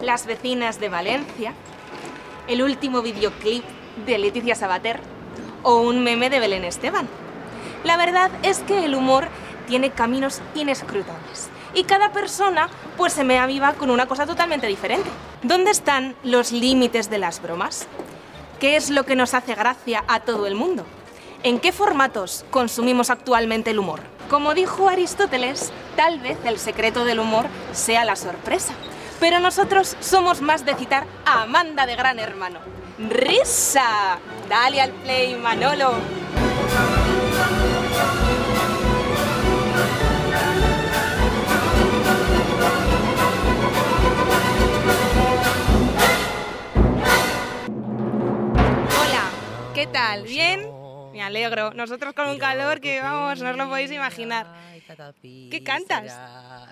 Las vecinas de Valencia, el último videoclip de Leticia Sabater o un meme de Belén Esteban. La verdad es que el humor tiene caminos inescrutables y cada persona pues se me aviva con una cosa totalmente diferente. ¿Dónde están los límites de las bromas? ¿Qué es lo que nos hace gracia a todo el mundo? ¿En qué formatos consumimos actualmente el humor? Como dijo Aristóteles, tal vez el secreto del humor sea la sorpresa. Pero nosotros somos más de citar a Amanda de Gran Hermano. ¡Risa! Dale al play, Manolo. Hola, ¿qué tal? ¿Bien? Me alegro. Nosotros con un calor que, vamos, no os lo podéis imaginar. ¿Qué cantas?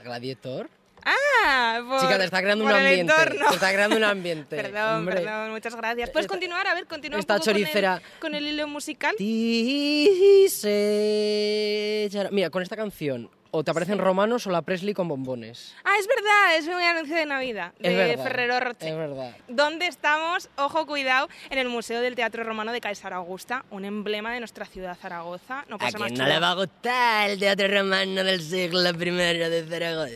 Gladiator. ¡Ah! Por, Chica, te está creando un por el ambiente. entorno. Te está creando un ambiente. Perdón, hombre. perdón, muchas gracias. Puedes Esta- continuar, a ver, continúa un esta poco con el- choricera. Con el, hilo musical. Dice Chara- Mira, con esta canción, o te aparecen romanos o la Presley con bombones. Ah, es verdad, es un anuncio de Navidad, de es verdad. Ferrero Rocher. Es verdad. ¿Dónde estamos? Ojo, cuidado, en el Museo del Teatro Romano de Caesar Augusta, un emblema de nuestra ciudad Zaragoza. No ¿A pasa más quién no chulo. le va a gustar el teatro romano del siglo I de Zaragoza?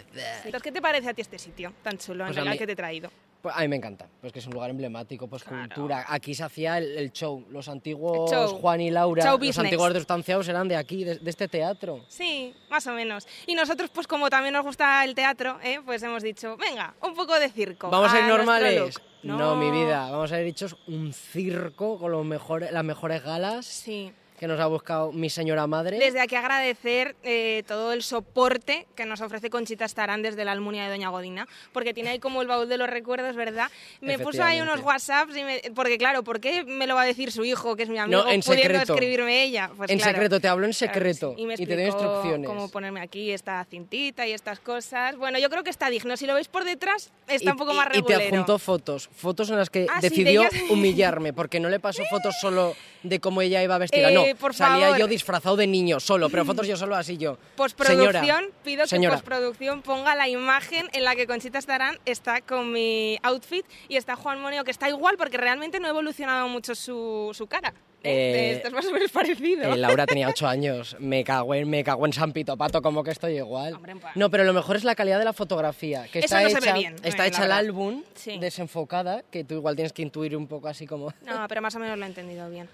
Entonces, ¿qué te parece a ti este sitio tan chulo, en Pues a realidad, mí- que te he traído? Pues a mí me encanta, pues que es un lugar emblemático, pues cultura. Aquí se hacía el, el show, los antiguos El show. Juan y Laura, Show los business. antiguos distanciados eran de aquí, de, de este teatro. Sí, más o menos. Y nosotros, pues como también nos gusta el teatro, ¿eh? pues hemos dicho, venga, un poco de circo. Vamos a ir Ah, nuestro normales. look. No. mi vida, vamos a ir hechos un circo con los mejores, las mejores galas Sí. que nos ha buscado mi señora madre. Desde aquí agradecer eh, todo el soporte que nos ofrece Conchita Estarán desde la Almunia de Doña Godina, porque tiene ahí como el baúl de los recuerdos, ¿verdad? Me puso ahí unos Efectivamente. WhatsApps, y me- porque claro, ¿por qué me lo va a decir su hijo, que es mi amigo, en pudiendo secreto. escribirme ella? Pues en claro. secreto, te hablo en Claro que sí. secreto. Y me te doy explicó instrucciones. cómo ponerme aquí esta cintita y estas cosas. Bueno, yo creo que está digno. Si lo veis por detrás, está Y- un poco más y, y te regulero. adjuntó fotos, fotos en las que Ah, sí, de decidió ellas. humillarme, porque no le pasó fotos solo de cómo ella iba vestida, no, Eh, por salía favor. yo disfrazado de niño solo, pero fotos yo solo así yo. Postproducción, Señora, pido señora, que postproducción ponga la imagen en la que Conchita Estarán está con mi outfit y está Juan Moneo, que está igual porque realmente no ha evolucionado mucho su, su cara. Eh, Esto es más o menos parecido. Eh, Laura tenía 8 años. Me cago en, me cago en San Pito Pato, como que estoy igual. Hombre, pues. No, pero lo mejor es la calidad de la fotografía. Que Eso está no se hecha, ve bien, está eh, hecha la el verdad. álbum Sí. desenfocada, que tú igual tienes que intuir un poco así como. No, pero más o menos lo he entendido bien.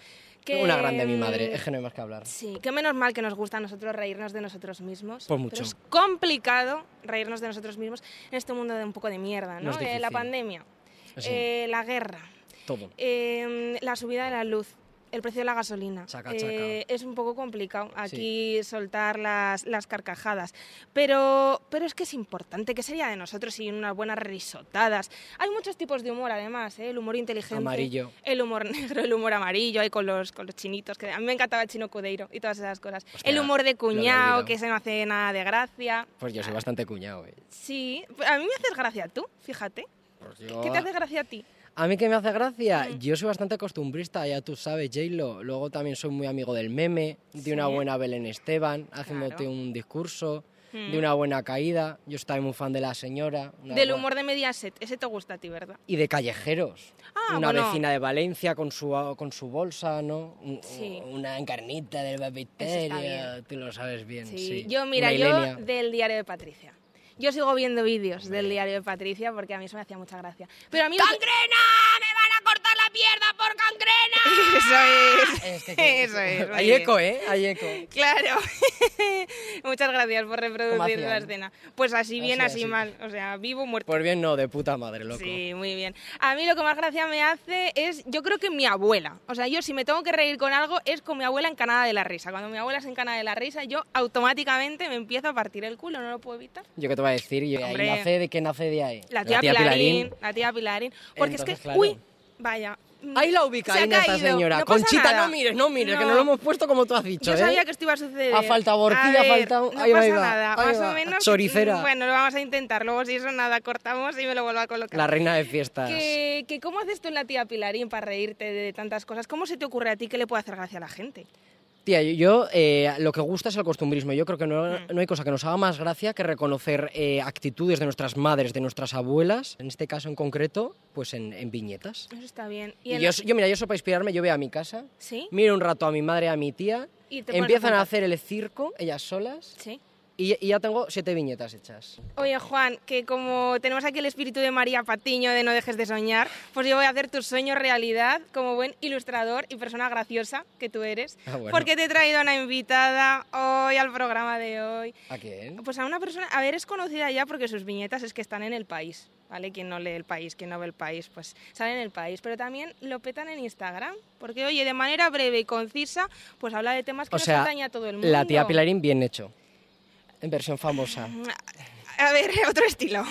Que, Una grande mi mm, madre, es que no hay más que hablar. Sí, que menos mal que nos gusta a nosotros reírnos de nosotros mismos. Pues mucho. Pero es complicado reírnos de nosotros mismos en este mundo de un poco de mierda, ¿no? No es Eh, la difícil. pandemia, Sí. eh, la guerra, Todo. eh, la subida de la luz, el precio de la gasolina. Chaca, chaca. Eh, es un poco complicado aquí soltar las, las carcajadas. Pero, pero es que es importante. ¿Qué sería de nosotros sin unas buenas risotadas? Hay muchos tipos de humor, además. ¿eh? El humor inteligente. Amarillo. El humor negro, el humor amarillo, ahí con los, con los chinitos. que A mí me encantaba el chino cudeiro y todas esas cosas. Hostia, el humor de lo había cuñado, olvidado. que se no hace nada de gracia. Pues yo soy bastante cuñado, eh. Sí, a mí me haces gracia tú, fíjate. Pues ¿Qué- yo- ¿Qué te hace gracia a ti? A mí que me hace gracia, yo soy bastante costumbrista, ya tú sabes, J-Lo. Luego también soy muy amigo del meme, de una buena Belén Esteban, haciéndote Claro. un discurso, Mm. de una buena caída. Yo soy también muy fan de la señora. una Del buena- humor de Mediaset, ese te gusta a ti, ¿verdad? y de callejeros. Ah, una bueno. vecina de Valencia con su, con su bolsa, ¿no? Un- Sí. Una encarnita del Eso está papiterio, bien. tú lo sabes bien. Mm, Sí. Yo, mira, Una yo Ilenia. del diario de Patricia. Yo sigo viendo vídeos del diario de Patricia porque a mí eso me hacía mucha gracia. Pero a mí... ¡Gangrena! ¡Me van a cortar la pierna por gangrena! Eso es. Es que- Eso es, muy Hay bien. eco, ¿eh? Hay eco. Claro. Muchas gracias por reproducir hacían. la escena. Pues así bien, así, Así, así. mal. O sea, vivo, muerto. Pues bien, no, de puta madre, loco. Sí, muy bien. A mí lo que más gracia me hace es, yo creo que mi abuela. O sea, yo si me tengo que reír con algo es con mi abuela encanada de la risa. Cuando mi abuela es encanada de la risa, yo automáticamente me empiezo a partir el culo, no lo puedo evitar. Yo qué te voy a decir, yo ahí Hombre. nace de qué nace de ahí. La tía, Pilarín, La tía Pilarín. Porque Entonces, es que, claro. uy, vaya. mm, Ahí la ubica se ha Ina, esta caído, señora. no pasa Conchita, nada. no mires, no mires, que no lo hemos puesto como tú has dicho. Yo ¿eh? sabía que esto iba a suceder. Ha faltado Borquilla, A ha faltado- No ahí va, pasa ahí va, nada. ahí Más va. o menos. Choricera. mm, Bueno, lo vamos a intentar. Luego, si eso nada, cortamos y me lo vuelvo a colocar. La reina de fiestas. que, que ¿Cómo haces tú en la tía Pilarín para reírte de tantas cosas? ¿Cómo se te ocurre a ti que le puede hacer gracia a la gente? Tía, yo, yo, eh, lo que gusta es el costumbrismo. Yo creo que no, Mm. no hay cosa que nos haga más gracia que reconocer eh, actitudes de nuestras madres, de nuestras abuelas, en este caso en concreto, pues en, en viñetas. Eso está bien. Y en yo, la- yo, mira, yo eso para inspirarme, yo voy a mi casa, ¿Sí? miro un rato a mi madre, a mi tía, Y te pones a empiezan a contar. hacer el circo ellas solas Sí. y, y ya tengo siete viñetas hechas. Oye, Juan, que como tenemos aquí el espíritu de María Patiño de No dejes de soñar, pues yo voy a hacer tus sueños realidad como buen ilustrador y persona graciosa que tú eres. Ah, bueno. Porque te he traído a una invitada hoy al programa de hoy. ¿A quién? Pues a una persona, a ver, es conocida ya porque sus viñetas es que están en el país, ¿vale? Quien no lee el país, quien no ve el país, pues salen en el país. Pero también lo petan en Instagram, porque oye, de manera breve y concisa, pues habla de temas que O nos sea, atañe a todo el mundo. La tía Pilarín bien hecho. En versión famosa. A ver, otro estilo.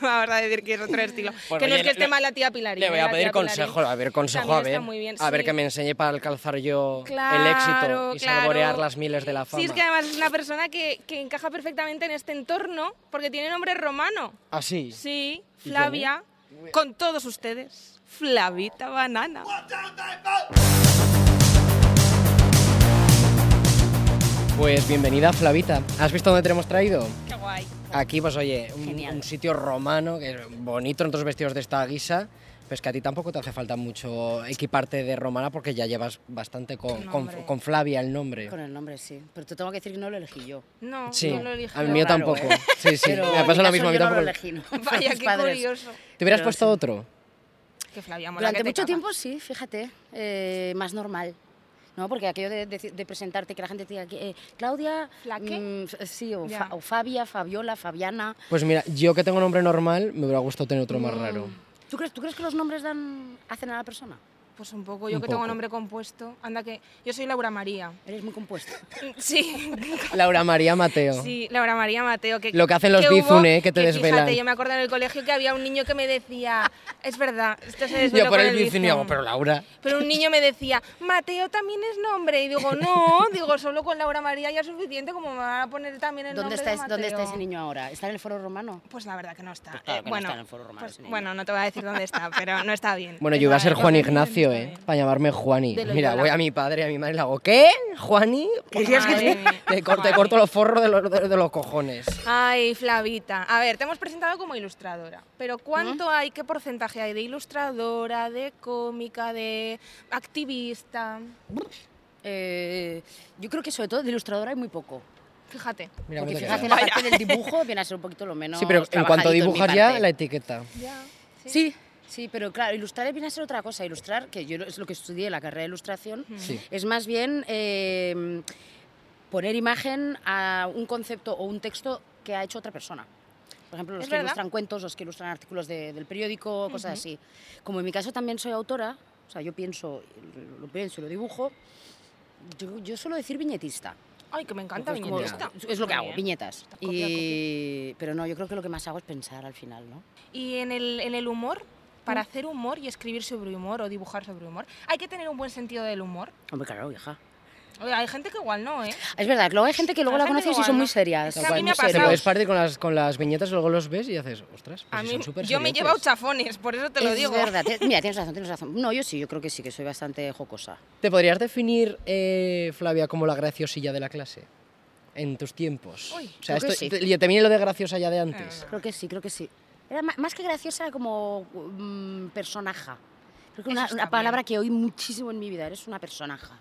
Vamos a decir que es otro estilo. Bueno, que no es oye, que esté le- mal la tía Pilarín. Le voy ¿eh? a La pedir tía Pilarín consejo, a ver, consejo, también a ver. está muy bien, a ver sí. que me enseñe para alcanzar yo el Claro, éxito y claro. saborear las miles de la fama. Sí, es que además es una persona que, que encaja perfectamente en este entorno porque tiene nombre romano. Así. Sí, ¿Y Flavia, con todos ustedes. Flavita Banana. Pues bienvenida, Flavita. ¿Has visto dónde te hemos traído? Qué guay. Aquí, pues oye, un, Genial. un sitio romano, que es bonito, nosotros vestidos de esta guisa. Pues que a ti tampoco te hace falta mucho equiparte de romana porque ya llevas bastante con, con- nombre. con Flavia el nombre. Con el nombre, sí. Pero te tengo que decir que no lo elegí yo. No, Sí, no lo eligió. al mío Raro, tampoco. ¿eh? Sí, sí, Pero me en pasa mi lo mismo. caso a mí yo no tampoco- lo elegí, ¿no? Vaya, Mis qué padres. curioso. ¿Te hubieras Pero puesto sí. otro? Que Flavia mola que Durante te mucho caga. tiempo sí, fíjate, eh, más normal. ¿no? Porque aquello de, de- de presentarte, que la gente te diga, que, eh, Claudia, ¿La qué? mm, f- sí, o, Ya. Fa- o Fabia, Fabiola, Fabiana. Pues mira, yo que tengo nombre normal, me hubiera gustado tener otro más Mm. raro. ¿Tú crees, ¿Tú crees que los nombres dan, hacen a la persona? Pues un poco, yo Un que tengo poco. nombre compuesto. Anda que. Yo soy Laura María. Eres muy compuesto. Sí, Laura María Mateo. Sí, Laura María Mateo. Que, Lo que hacen los hubo- bizune, que te desvelan. Fíjate, yo me acuerdo en el colegio que había un niño que me decía, es verdad, esto se desveló yo por con el bici bizum". digo, pero Laura. Pero un niño me decía, Mateo también es nombre. Y digo, no, digo, solo con Laura María ya es suficiente, como me van a poner también el nombre ¿Dónde está, de es- ¿Dónde está Mateo". ese niño ahora? ¿Está en el foro romano? Pues la verdad que no está. Pues claro Eh, que no bueno, está en el foro romano pues ese niño. bueno, no te voy a decir dónde está, pero no está bien. Bueno, yo iba a ser Vale, Juan no está bien, Ignacio, no está ¿eh? bien. Para llamarme Juani. De lo Mira, Loyola. voy a mi padre y a mi madre y le hago, ¿qué? ¿Juani? ¿Querías que Madre te, mía. te cor- te Juani. corto los forros de, los- de- de los cojones? Ay, Flavita. A ver, te hemos presentado como ilustradora, pero ¿Mm? ¿cuánto hay, qué porcentaje hay de ilustradora, de cómica, de activista? Eh, yo creo que sobre todo de ilustradora hay muy poco. Fíjate. Mira cómo te Porque fíjate, quedas. la parte del dibujo viene a ser un poquito lo menos Sí, pero en cuanto trabajadito mi dibujas ya, parte. la etiqueta. Ya. Sí, sí, pero claro, ilustrar viene a ser otra cosa. Ilustrar, que yo es lo que estudié, la carrera de ilustración, Mm. Sí. es más bien eh, poner imagen a un concepto o un texto que ha hecho otra persona. Por ejemplo, los Es que verdad. ilustran cuentos, los que ilustran artículos de- del periódico, cosas así. Como en mi caso también soy autora, o sea, yo pienso, lo pienso y lo dibujo, yo, yo suelo decir viñetista. Ay, que me encanta Es, como- viñetista. es lo que Muy hago, bien. viñetas. Copia, Y- Pero no, yo creo que lo que más hago es pensar al final, ¿no? Y en el, en el humor, para hacer humor y escribir sobre humor o dibujar sobre humor, hay que tener un buen sentido del humor. Hombre, claro, hija. Oye, hay gente que igual no, ¿eh? Es verdad, que luego hay gente que luego Hay la gente que conoces y igual son no. muy serias. Es que a mí muy me ha serios. Te pasado. puedes partir con las, con las viñetas, luego los ves y haces, ostras, pues A si mí, son súper yo me llevo a seriotes". chafones, por eso te lo es digo. verdad, te- mira, tienes razón, tienes razón. No, yo sí, yo creo que sí, que soy bastante jocosa. ¿Te podrías definir, eh, Flavia, como la graciosilla de la clase? En tus tiempos. Uy, o sea, creo que esto- sí. te, te viene lo de graciosa ya de antes. Ah. Creo que sí, creo que sí. Era ma- más que graciosa, era como mm, personaja. Creo que Eso una, está una bien. palabra que oí muchísimo en mi vida, eres una personaja.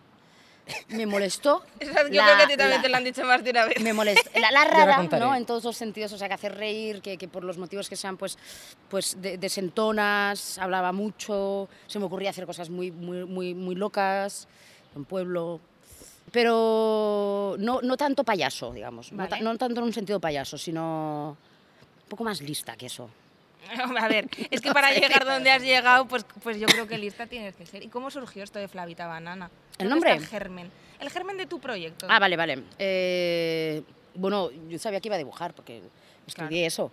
Me molestó. Esa- Yo la- creo que a ti también la- te lo han dicho más de una vez. me molesta. La, la ahora rara, contaré. ¿no? En todos los sentidos, o sea, que hace reír, que, que por los motivos que sean, pues, pues de- desentonas, hablaba mucho, se me ocurría hacer cosas muy, muy, muy, muy locas, en pueblo. Pero no, no tanto payaso, digamos. No Vale. ta- No, tanto en un sentido payaso, sino un poco más lista que eso. A ver, es que para llegar donde has llegado, pues, pues yo creo que lista tienes que ser. ¿Y cómo surgió esto de Flavita Banana? ¿Dónde nombre? está El germen. El germen de tu proyecto. Ah, vale, vale. Eh, bueno, yo sabía que iba a dibujar porque estudié eso.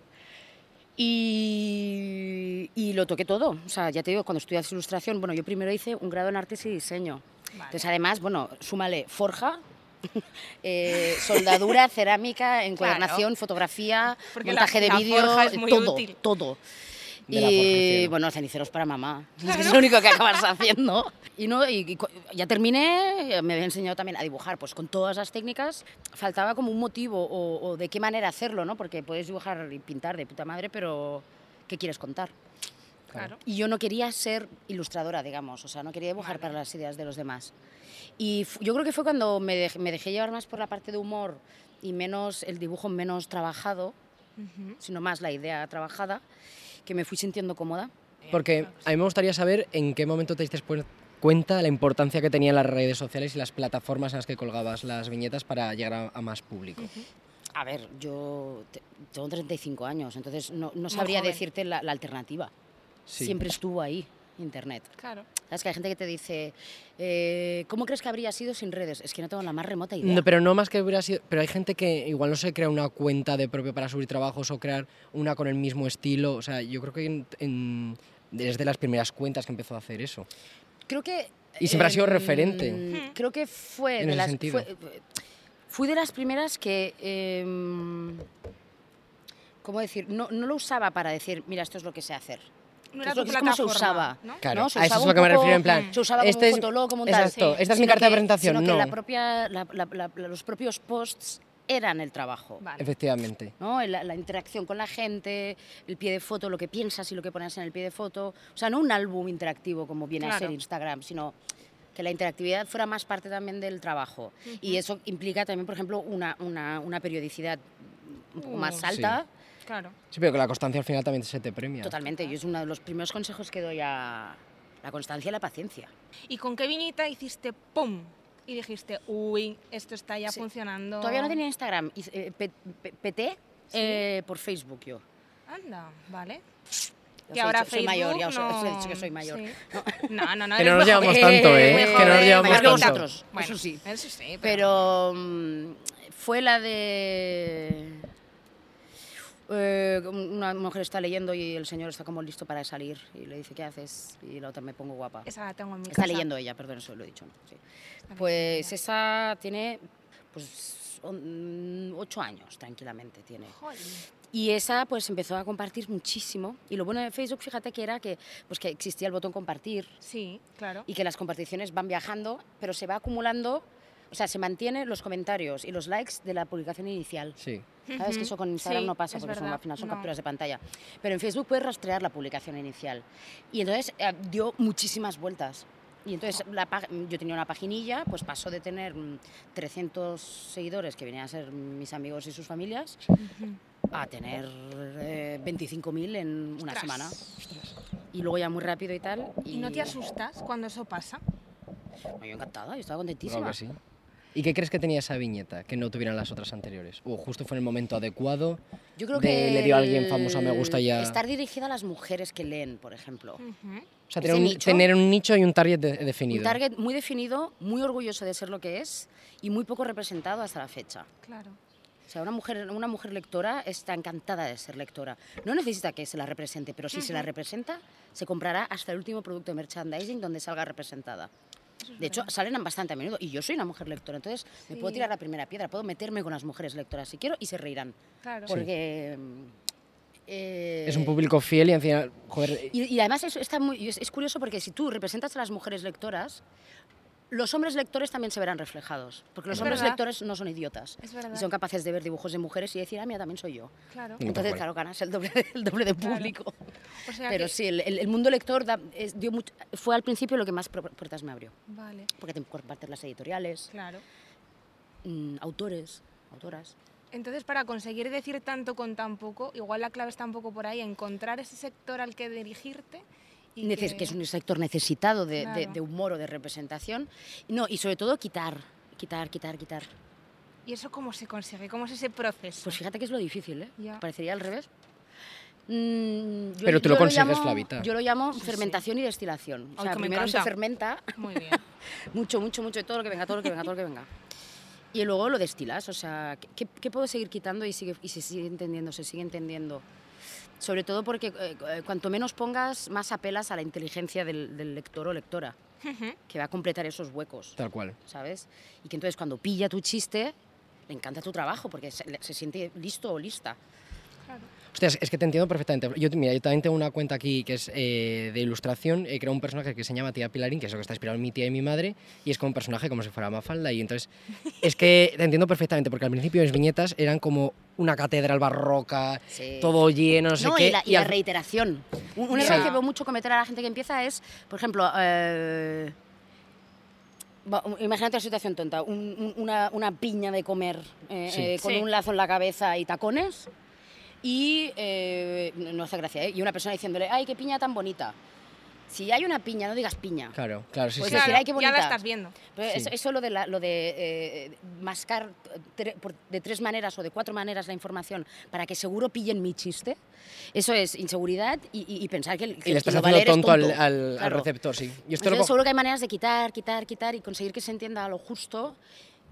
Y, y lo toqué todo. O sea, ya te digo, cuando estudias ilustración, bueno, yo primero hice un grado en artes y diseño. Vale. Entonces, además, bueno, súmale forja, eh, soldadura, cerámica, encuadernación, fotografía, Porque la- montaje la de vídeo, forja es muy todo, útil. todo. De la Forja del Y Cielo. bueno, ceniceros para mamá. Es lo único que acabas haciendo. Y no, y, y cu- ya terminé, me había enseñado también a dibujar, pues con todas las técnicas faltaba como un motivo o, o de qué manera hacerlo, ¿no? Porque puedes dibujar y pintar de puta madre, pero ¿qué quieres contar? Claro. Y yo no quería ser ilustradora, digamos, o sea, no quería dibujar para las ideas de los demás. Y fu- yo creo que fue cuando me dej- me dejé llevar más por la parte de humor y menos el dibujo menos trabajado, sino más la idea trabajada, que me fui sintiendo cómoda. Porque a mí me gustaría saber en qué momento te diste pu- cuenta de la importancia que tenían las redes sociales y las plataformas en las que colgabas las viñetas para llegar a, a más público. A ver, yo te- tengo 35 años, entonces no, no sabría joven. decirte la, la alternativa. Sí. Siempre estuvo ahí, Internet. Claro. Sabes que hay gente que te dice, eh, ¿cómo crees que habría sido sin redes? Es que no tengo la más remota idea. No, pero no más que hubiera sido. Pero hay gente que igual no se crea una cuenta de propio para subir trabajos o crear una con el mismo estilo. O sea, yo creo que en- en- es de las primeras cuentas que empezó a hacer eso. Creo que... em, mm, Y siempre ha sido referente. Hmm. Creo que fue... En de ese las, sentido. fue- fui de las primeras que... em, ¿Cómo decir? No, no lo usaba para decir, mira, esto es lo que sé hacer. No Que era es lo tu que- es como se plataforma, usaba. ¿no? Claro, ¿no? Se a eso usaba es un lo que me refiero poco- en plan. se usaba como este un es- fotolog, como un tal. Exacto, Sí. esta es mi Sino carta de que- presentación. sino no, que la propia, la- la- la- la- los propios posts eran el trabajo. Vale. efectivamente. ¿no? El- La, interacción con la gente, el pie de foto, lo que piensas y lo que pones en el pie de foto. O sea, no un álbum interactivo como viene a Claro. ser Instagram, sino que la interactividad fuera más parte también del trabajo. Y eso implica también, por ejemplo, una, una- una periodicidad un poco más Sí. alta. Claro. Sí, pero que la constancia al final también se te premia. Totalmente. Y es uno de los primeros consejos que doy a la constancia y la paciencia. ¿Y con qué viñeta hiciste pum? Y dijiste, uy, esto está ya Sí. funcionando. Todavía no tenía Instagram. Hice- eh, pe- pe- peté Sí. eh, por Facebook yo. Anda, vale. Ya Que os he ahora dicho- soy Facebook mayor, ya os, no... os he dicho que soy mayor. Sí. No, no, no. Que eres no nos muy llevamos joven. tanto, ¿eh? Eh, Que no nos mayor llevamos que tanto. vosotros, Bueno, eso sí. Eso sí, pero... Pero mm, fue la de... eh, una mujer está leyendo y el señor está como listo para salir y le dice, ¿qué haces? Y la otra me pongo guapa. Esa la tengo en mi Está casa. leyendo ella, perdón, eso lo he dicho. ¿no? Sí. Está Pues leyendo esa tiene pues, on- ocho años, tranquilamente tiene. ella. Jolín. Y esa pues empezó a compartir muchísimo. Y lo bueno de Facebook, fíjate que era que, pues, que existía el botón compartir Sí, claro. y que las comparticiones van viajando, pero se va acumulando, o sea, se mantienen los comentarios y los likes de la publicación inicial. Sí. Sabes que Ujú. eso con Instagram Sí, no pasa es porque son, verdad, al final son no. capturas de pantalla. Pero en Facebook puedes rastrear la publicación inicial. Y entonces eh, dio muchísimas vueltas. Y entonces la pag- yo tenía una paginilla, pues pasó de tener mm, 300 seguidores que venían a ser mis amigos y sus familias Ujú. a tener eh, 25.000 en una Ostras. semana. Y luego ya muy rápido y tal. ¿Y no te asustas cuando eso pasa? No, Yo encantada, yo Claro estaba contentísima. que sí. ¿Y qué crees que tenía esa viñeta que no tuvieran las otras anteriores? ¿O justo fue en el momento adecuado? Yo creo de- que le dio a alguien famoso a me el gusta ya. Estar dirigida a las mujeres que leen, por ejemplo. Ujú. O sea, ¿Ese tener un, nicho? tener un nicho y un target de- definido. Un target muy definido, muy orgulloso de ser lo que es y muy poco representado hasta la fecha. Claro. O sea, una mujer, una mujer lectora está encantada de ser lectora. No necesita que se la represente, pero si se la representa, se comprará hasta el último producto de merchandising donde salga representada. De hecho, salen bastante a menudo y yo soy una mujer lectora, entonces me puedo Sí. tirar la primera piedra, puedo meterme con las mujeres lectoras si quiero y se reirán. Claro. Porque... mm, eh, Es un público fiel y al final, joder, y, y además es, está muy- es, es curioso porque si tú representas a las mujeres lectoras, los hombres lectores también se verán reflejados. Porque los Es hombres verdad. lectores no son idiotas. Es verdad. Y son capaces de ver dibujos de mujeres y decir, ah, mira, también soy yo. Claro. Mm. Entonces, cual. claro, ganas el doble de, el doble de Claro. público. O sea Pero que- sí, el, el- el mundo lector da- es- dio mucho- fue al principio lo que más pro- puertas me abrió. Vale, Porque te compartes las editoriales, claro. mm, autores, autoras. Entonces, para conseguir decir tanto con tan poco, igual la clave está un poco por ahí, encontrar ese sector al que dirigirte. Y Neces- que... es un sector necesitado de, de- Claro. de humor o de representación. No, y sobre todo quitar, quitar, quitar, quitar. ¿Y eso cómo se consigue? ¿Cómo es ese proceso? Pues fíjate que es lo difícil, ¿eh? Ya. Parecería al revés. Mm, yo- Pero tú lo yo consigues, llamo- Flavita. Yo lo llamo fermentación y destilación. O Ay, sea, que me primero se encanta. fermenta Muy bien. mucho, mucho, mucho, y todo lo que venga, todo lo que venga, todo lo que venga. Y luego lo destilas, o sea, ¿qué, qué puedo seguir quitando y, sigue, y se sigue entendiendo, se sigue entendiendo? Sobre todo porque eh, cu- eh, cuanto menos pongas, más apelas a la inteligencia del, del lector o lectora, que va a completar esos huecos. tal cual. ¿sabes? Y que entonces cuando pilla tu chiste, le encanta tu trabajo porque se, le- se siente listo o lista. Claro. Hostias, es que te entiendo perfectamente. Yo, mira, yo también tengo una cuenta aquí que es eh, de ilustración. He creado un personaje que se llama Tía Pilarín, que es lo que está inspirado en mi tía y mi madre, y es como un personaje como si fuera Mafalda. Y entonces, es que te entiendo perfectamente, porque al principio mis viñetas eran como una catedral barroca, Sí. todo lleno, no sé No, qué. y la, y la al- reiteración. Un, un Sí. error que veo mucho cometer a la gente que empieza es, por ejemplo, eh, va, un- imagínate una situación tonta, un- un- una, una piña de comer eh, Sí. eh, con Sí. un lazo en la cabeza y tacones y, eh, no no hace gracia, ¿eh? y una persona diciéndole, ay, qué piña tan bonita. Si hay una piña, no digas piña. Claro, claro, sí, Pues sí. decir, sí. ay, qué ya bonita. la estás viendo. Pero Sí. eso, eso lo de, la- lo de eh, mascar tre- por- de tres maneras o de cuatro maneras la información para que seguro pillen mi chiste, eso es inseguridad y, y- y pensar que el que Y le el estás que lo va a haciendo leer es tonto, al, tonto. al- al Claro. Pues receptor, sí. Y esto Entonces, lo co- seguro que hay maneras de quitar, quitar, quitar y conseguir que se entienda lo justo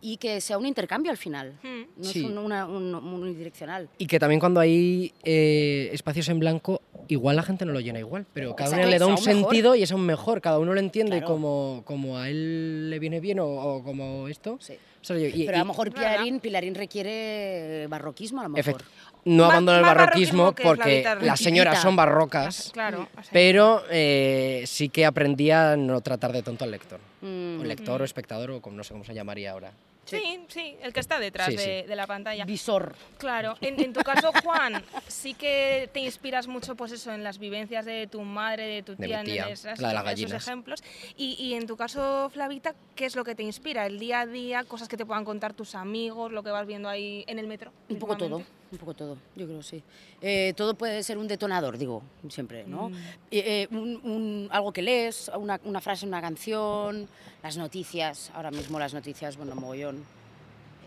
y que sea un intercambio al final. Hmm. No Sí. es un- una- un- un unidireccional. Y que también cuando hay eh, espacios en blanco, igual la gente no lo llena igual, pero cada uno Exacto, le da es un aún mejor. sentido y es aún mejor, cada uno lo entiende Claro. como, como a él le viene bien o, o como esto. Sí. O sea, yo- y- Pero a y- lo mejor Claro. Pilarín, Pilarín requiere barroquismo, a lo mejor. efect- no Más- abandonar el más barroquismo barroquismo que es la porque guitarra. las señoras Tiquita. son barrocas, Claro. o sea, pero eh, sí que aprendí a no tratar de tonto al lector. Mm, O lector o espectador o como no sé cómo se llamaría ahora. sí, sí, el que está detrás Sí, sí. De, de la pantalla. visor. Claro, en, en tu caso, Juan, sí que te inspiras mucho, pues eso, en las vivencias de tu madre, de tu De mi tía, tía, en esas- la de las en esos gallinas. ejemplos. Y, y en tu caso, Flavita, ¿qué es lo que te inspira? ¿El día a día? ¿Cosas que te puedan contar tus amigos? ¿Lo que vas viendo ahí en el metro? Un poco todo, mismamente? un poco todo, yo creo, sí. Eh, todo puede ser un detonador, digo, siempre, ¿no? Mm. Eh, eh, un- un- algo que lees, una, una frase, en una canción, las noticias, ahora mismo las noticias, bueno, mogollón.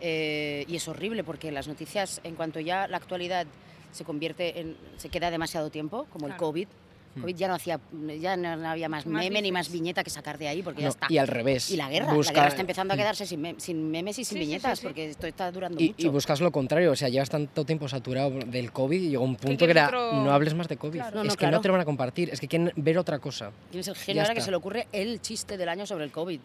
Eh, y es horrible porque las noticias, en cuanto ya la actualidad se convierte en, se queda demasiado tiempo, como el Claro. COVID. Hmm. COVID ya no hacía, ya no, no había más, Más meme ni bifes. más viñeta que sacar de ahí porque ya No, está. y al revés. Y la guerra, busca- la guerra está empezando a quedarse sin, me- sin memes y sin Sí, sí, sí, viñetas sí. porque esto está durando Y, mucho. y buscas lo contrario, o sea, llevas tanto tiempo saturado del COVID y llegó un punto que quieres era, otro- no hables más de COVID, Claro. es No, no, que no claro. te lo van a compartir, es que quieren ver otra cosa. ¿Quién es el Ya genio ahora que está. Mm, se le ocurre el chiste del año sobre el COVID?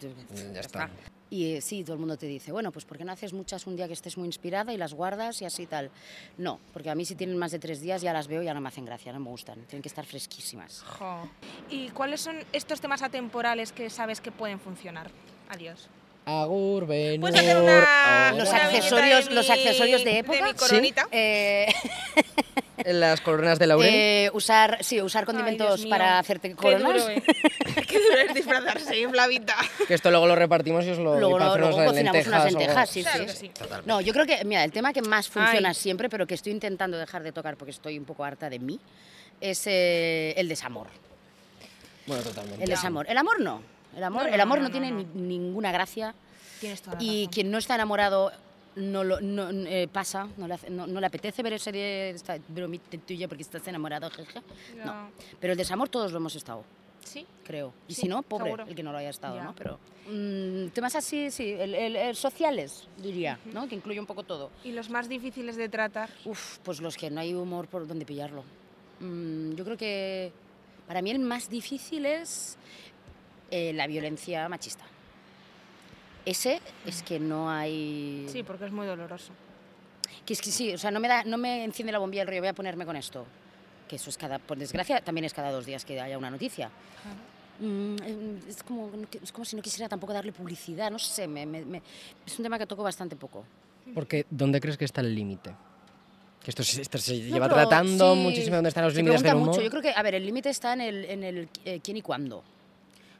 Ya está. Y eh, sí, todo el mundo te dice, bueno, pues ¿por qué no haces muchas un día que estés muy inspirada y las guardas y así tal? No, porque a mí si tienen más de tres días ya las veo y ya no me hacen gracia, no me gustan, tienen que estar fresquísimas. Jo. ¿Y cuáles son estos temas atemporales que sabes que pueden funcionar? Adiós. Agur, venur, Puedes Pues hacer una, ahora. Los una accesorios- viñeta de los mi- accesorios de De época. mi Sí. coronita. Eh, En las coronas de laurel. eh, usar, sí, usar Ay, condimentos Dios mío. para hacerte Qué duro, coronas. ¿eh? Qué duro es disfrazarse, ¿eh? Flavita. Que esto luego lo repartimos y os lo Luego y para lo- hacer unas luego cocinamos unas o algo. lentejas, sí, Claro que sí. No, yo creo que, mira, el tema que más funciona siempre, pero que estoy intentando dejar de tocar porque estoy un poco harta de mí, es eh, el desamor. Bueno, totalmente. El desamor. El amor no. El amor No, no, no, el amor no, no, no, tiene no. ni- ninguna gracia. Tienes toda la Y razón. quien no está enamorado no, lo, no, eh, pasa, no le, hace- no, no le apetece ver esa esta bromita tuya porque estás enamorado, jeje. No. Ya. Pero el desamor todos lo hemos estado, Sí. creo. Y Sí, si no, pobre seguro. el que no lo haya estado, Ya. ¿no? Pero mm, temas así, sí, el- el- el sociales, diría, ¿no? Que incluye un poco todo. Y los más difíciles de tratar. Uf, pues los que no hay humor por donde pillarlo. Mm, yo creo que para mí el más difícil es eh, la violencia machista. Ese es que no hay... Sí, porque es muy doloroso. Que es que sí, o sea, no me, da, no me enciende la bombilla del río, voy a ponerme con esto. Que eso es cada, por desgracia, también es cada dos días que haya una noticia. Mm, em, es, como, es como si no quisiera tampoco darle publicidad, no sé, me- me- me- es un tema que toco bastante poco. Porque, ¿dónde crees que está el límite? Que esto, se- esto se No, lleva pero tratando sí, muchísimo dónde están los se límites del pregunta humor. mucho. Yo creo que, a ver, el límite está en el, en el eh, quién y cuándo.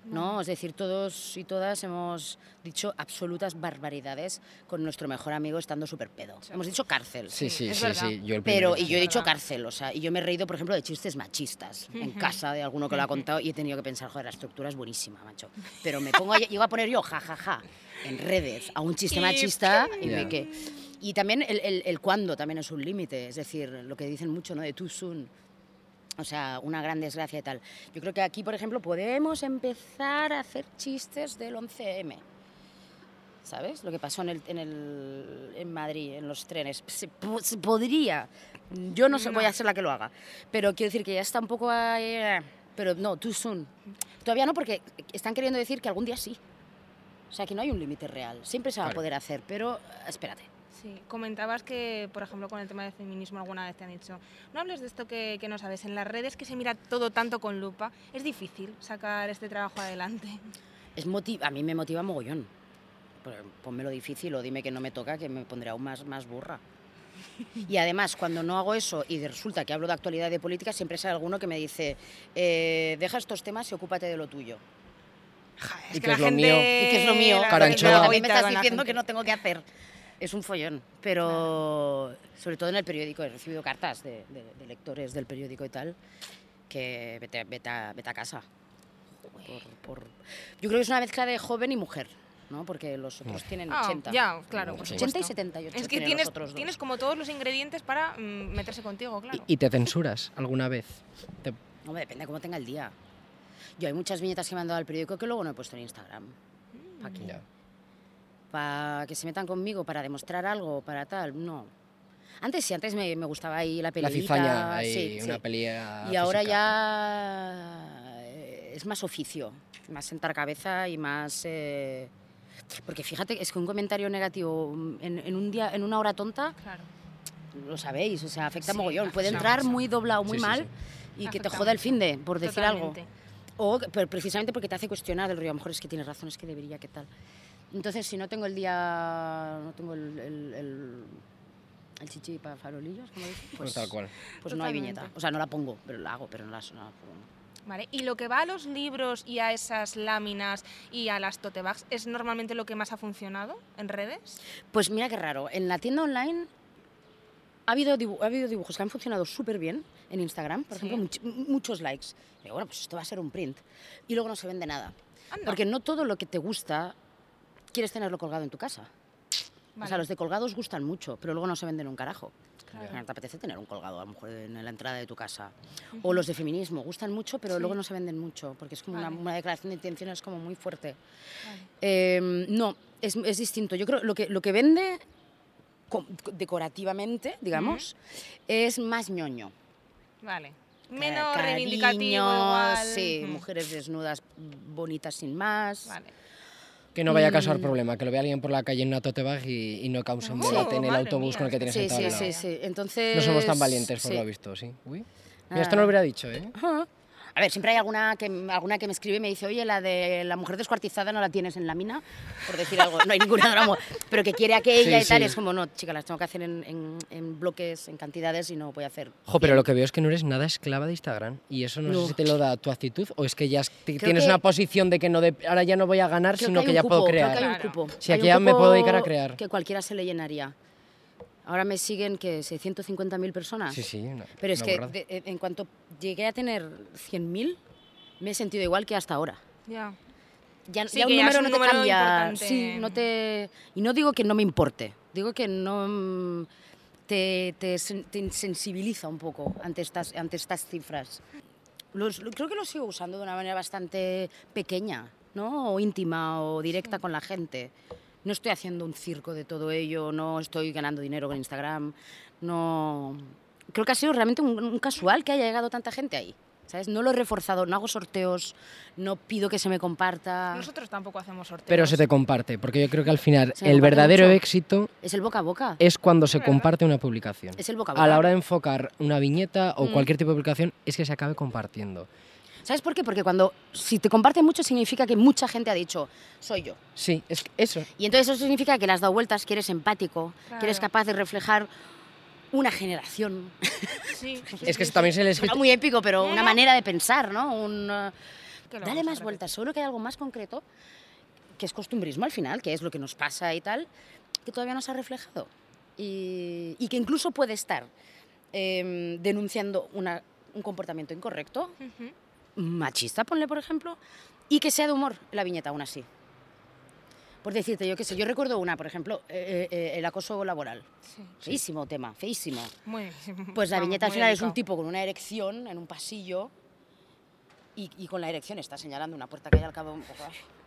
¿no? Es decir, todos y todas hemos dicho absolutas barbaridades con nuestro mejor amigo estando súper pedo. Sí. Hemos dicho cárcel. Sí, sí, Es sí, verdad. sí. Yo el Pero, primero. y yo he Es dicho verdad. cárcel, o sea, y yo me he reído, por ejemplo, de chistes machistas en casa de alguno que lo ha contado y he tenido que pensar, joder, la estructura es buenísima, macho. Pero me pongo, a- llego a poner yo, jajaja, en redes a un chiste Y- machista y Ya. me que. Y también el, el, el cuándo también es un límite, es decir, lo que dicen mucho, ¿no? De too soon. O sea, una gran desgracia y tal. Yo creo que aquí, por ejemplo, podemos empezar a hacer chistes del 11M. ¿Sabes? Lo que pasó en, el, en, el- en Madrid, en los trenes. Se, po- se podría. Yo no, sé, voy a ser la que lo haga. Pero quiero decir que ya está un poco ahí, eh, Pero no, too soon. Todavía no, porque están queriendo decir que algún día sí. O sea, que no hay un límite real. Siempre se va Claro. a poder hacer, pero eh, espérate. Sí, comentabas que, por ejemplo, con el tema del feminismo alguna vez te han dicho, no hables de esto que, que no sabes, en las redes que se mira todo tanto con lupa, es difícil sacar este trabajo adelante. Es motiv- a mí me motiva mogollón. Pero Pónmelo difícil o dime que no me toca, que me pondré aún más, más burra. Y además, cuando no hago eso y resulta que hablo de actualidad y de política, siempre sale alguno que me dice, eh, deja estos temas y ocúpate de lo tuyo. Ja, Y que es lo mío. y que es lo mío. la gente Caranchoa. A mí me agüita estás con la diciendo gente. que no tengo que hacer. Es un follón, pero sobre todo en el periódico he recibido cartas de, de- de lectores del periódico y tal que vete, vete a, vete a casa. Por- por- Yo creo que es una mezcla de joven y mujer, ¿no? Porque los otros tienen Ah, 80. Ya, claro. por Sí. 80 y supuesto. 78. Es que tienen los tienes, otros dos. tienes como todos los ingredientes para mm, meterse contigo, ¿Y, claro. y te censuras alguna vez? Te- No, depende de cómo tenga el día. Yo hay muchas viñetas que me han dado al periódico que luego no he puesto en Instagram. ¿Para qué? Ya. para que se metan conmigo, para demostrar algo, para tal, no. Antes sí, antes me, me gustaba ahí la La peleita. cizaña, hay sí, una sí. pelea Y ahora física. ya eh, es más oficio, más sentar cabeza y más... eh, porque fíjate, es que un comentario negativo mm, en, en un día, en una hora tonta, Claro. lo sabéis, o sea, afecta Sí, mogollón. Puede afecta entrar mucho. muy doblado, muy Sí, sí, mal, y que Afecta te joda el mucho. fin de, por decir algo. Totalmente. O que- pero precisamente porque te hace cuestionar el rollo, a lo mejor es que tienes razón, es que debería, que tal. Entonces, si no tengo el día, no tengo el, el, el, el chichi para farolillos, como dicen, Pues pues, tal cual. pues no hay Totalmente. viñeta. O sea, no la pongo, pero la hago, pero no la, no la pongo. Vale, y lo que va a los libros y a esas láminas y a las tote bags es normalmente lo que más ha funcionado en redes. Pues mira qué raro, en la tienda online ha habido, dibu- ha habido dibujos que han funcionado súper bien en Instagram, por Sí. ejemplo, much- muchos likes. Digo, bueno, pues esto va a ser un print. Y luego no se vende nada. Anda, Porque no todo lo que te gusta quieres tenerlo colgado en tu casa. O vale, sea, los de colgados gustan mucho, pero luego no se venden un carajo. claro. No te apetece tener un colgado a lo mejor en la entrada de tu casa. O los de feminismo, gustan mucho, pero Sí. luego no se venden mucho, porque es como una, Vale. una declaración de intenciones como muy fuerte. Vale. Eh, no, es, es distinto. Yo creo lo que lo que vende co- decorativamente, digamos, es más ñoño. Vale. Menos Cariño, reivindicativo igual. Sí, Mm, mujeres desnudas, bonitas sin más. Vale. Que no vaya a causar Mm. problema, que lo vea alguien por la calle en una tote bag y, y no cause un No, debate en el madre autobús mía. con el que tienes Sí, sentado sí, al lado. sí, sí. Entonces... No somos tan valientes, por sí. lo visto, ¿sí? Uy. Mira, Nada. esto no lo hubiera dicho, ¿eh? Ah. A ver, siempre hay alguna que, alguna que me escribe y me dice, oye, la de la mujer descuartizada no la tienes en la mina, por decir algo. No hay ninguna de la mu- pero que quiere aquella Sí, y tal. sí. y es como, no, chica, las tengo que hacer en, en- en bloques, en cantidades y no voy a hacer. Jo, pero lo que veo es que no eres nada esclava de Instagram. Y eso no, sé No. si te lo da tu actitud o es que ya es- ti- Creo tienes que- una posición de que no de- ahora ya no voy a ganar, Creo sino hay que, un ya cupo, puedo creo crear. que hay un Claro. cupo. Si Hay aquí un ya me cupo puedo dedicar a crear. Que cualquiera se le llenaría. Ahora me siguen, que 650.000 personas. Sí, sí. una- Pero es una que burrada. de- en cuanto llegué a tener 100.000, me he sentido igual que hasta ahora. Ya. ya, Sí, ya que un ya es número un no te número cambia. importante. Sí, no te, y no digo que no me importe, digo que no mm, te, te, sen- te insensibiliza un poco ante estas, ante estas cifras. Los- lo- creo que lo sigo usando de una manera bastante pequeña, ¿no? O íntima o directa con la gente. No estoy haciendo un circo de todo ello, no estoy ganando dinero con Instagram, no... Creo que ha sido realmente un, un casual que haya llegado tanta gente ahí, ¿sabes? No lo he reforzado, no hago sorteos, no pido que se me comparta. Nosotros tampoco hacemos sorteos. Pero se te comparte, porque yo creo que al final Se me el comparte verdadero mucho. éxito Es el boca a boca. es cuando se ¿Verdad? comparte una publicación. Es el boca a boca. A la hora de enfocar una viñeta o Mm. cualquier tipo de publicación es que se acabe compartiendo. ¿Sabes por qué? Porque cuando si te comparte mucho significa que mucha gente ha dicho, soy yo. Sí, es que eso. Y entonces eso significa que le has dado vueltas, que eres empático, que eres Claro. capaz de reflejar una generación. Sí, sí, Es que sí, eso también sí. se le Suena escrito. muy épico, pero No, una no. manera de pensar, ¿no? Un, eh, Que lo vamos a dale más repetir. vueltas. Seguro que hay algo más concreto, que es costumbrismo al final, que es lo que nos pasa y tal, que todavía no se ha reflejado. Y, y que incluso puede estar em, denunciando una- un comportamiento incorrecto Ujú. machista, ponle por ejemplo, y que sea de humor la viñeta aún así. Por decirte, yo qué sé, yo recuerdo una, por ejemplo, eh, eh, eh, el acoso laboral. Sí. Feísimo tema, feísimo. Muy, Pues la vamos, viñeta al muy final es delicado. un tipo con una erección en un pasillo y, y con la erección está señalando una puerta que hay al cabo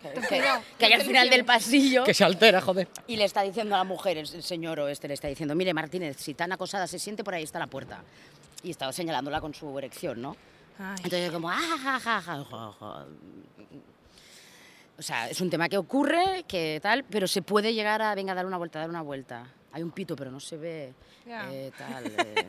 que, que- cuidado, que hay no al te final del lesiones. pasillo Que se altera, joder. y le está diciendo a la mujer, el, el señor o este le está diciendo, mire Martínez, si tan acosada se siente, por ahí está la puerta. Y estaba señalándola con su erección, ¿no? Ay, Entonces como, ah, ja, ja, ja, ja, ja". O sea, es un tema que ocurre, que tal, pero se puede llegar a, venga, dar una vuelta, dar una vuelta. hay un pito, pero no se ve Ya. eh, tal. eh.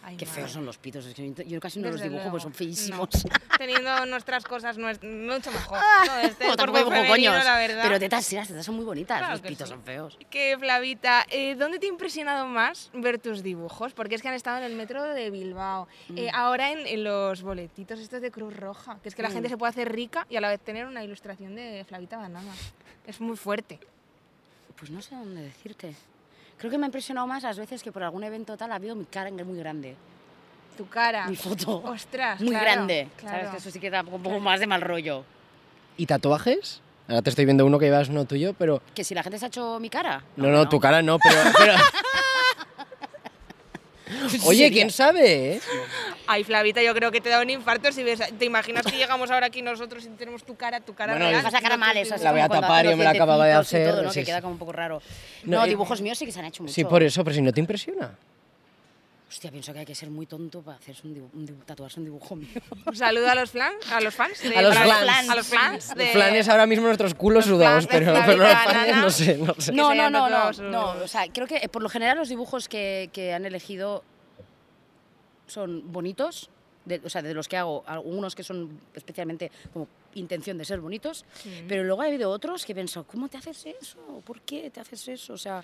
Ay, Qué madre. feos son los pitos, es que yo, yo casi no los Desde dibujo, luego. pues son feísimos. No. Teniendo nuestras cosas no es mucho mejor. No, este No, tampoco cuerpo dibujo femenino, coños, la verdad. pero tetas sí, las tetas son muy bonitas, Claro los que pitos sí. son feos. Que Flavita, eh, ¿dónde te ha impresionado más ver tus dibujos? Porque es que han estado en el metro de Bilbao, eh, ahora en, en los boletitos estos de Cruz Roja, que es que la Mm. Mm. gente se puede hacer rica y a la vez tener una ilustración de Flavita Banana. Es muy fuerte. Pues no sé dónde decirte. Creo que me ha impresionado más las veces que por algún evento tal ha habido mi cara muy grande. Tu cara. Mi foto. Ostras. muy Ah, claro, grande. claro. Sabes que eso sí que da un poco más de mal rollo. ¿Y tatuajes? Ahora te estoy viendo uno que llevas uno tuyo, pero... Que si la gente se ha hecho mi cara. No, no, tu cara no, pero... pero- Oye, ¿quién sabe? eh? Ay, Flavita, yo creo que te da un infarto si ves. ¿Te imaginas que llegamos ahora aquí nosotros y tenemos tu cara, tu cara Bueno, real? es- Vas a cara no tu mal, eso dibujo? así La voy a como cuando tapar, hacen yo me los la acababa de dientecitos y hacer, todo, ¿no? sí, que sí. queda como un poco raro. No, No, eh, dibujos míos sí que se han hecho mucho. Sí, por e- eso, pero si no te impresiona. Hostia, pienso que hay que ser muy tonto para hacerse un dibu- un dibu- tatuarse un dibujo mío. Un saludo a los, flan, a los fans. de- A los para- flans. A los fans. de- Los Flanes ahora mismo nuestros culos sudados, flanes, pero, la pero los vida, flanes nana. no sé, no sé. se No, no, hayan no, no, tatuado no. sus- O sea, creo que eh, por lo general los dibujos que, que han elegido son bonitos. de- o sea, de los que hago, algunos que son especialmente como intención de ser bonitos, Sí. pero luego ha habido otros que he pensado, ¿cómo te haces eso? ¿Por qué te haces eso? O sea,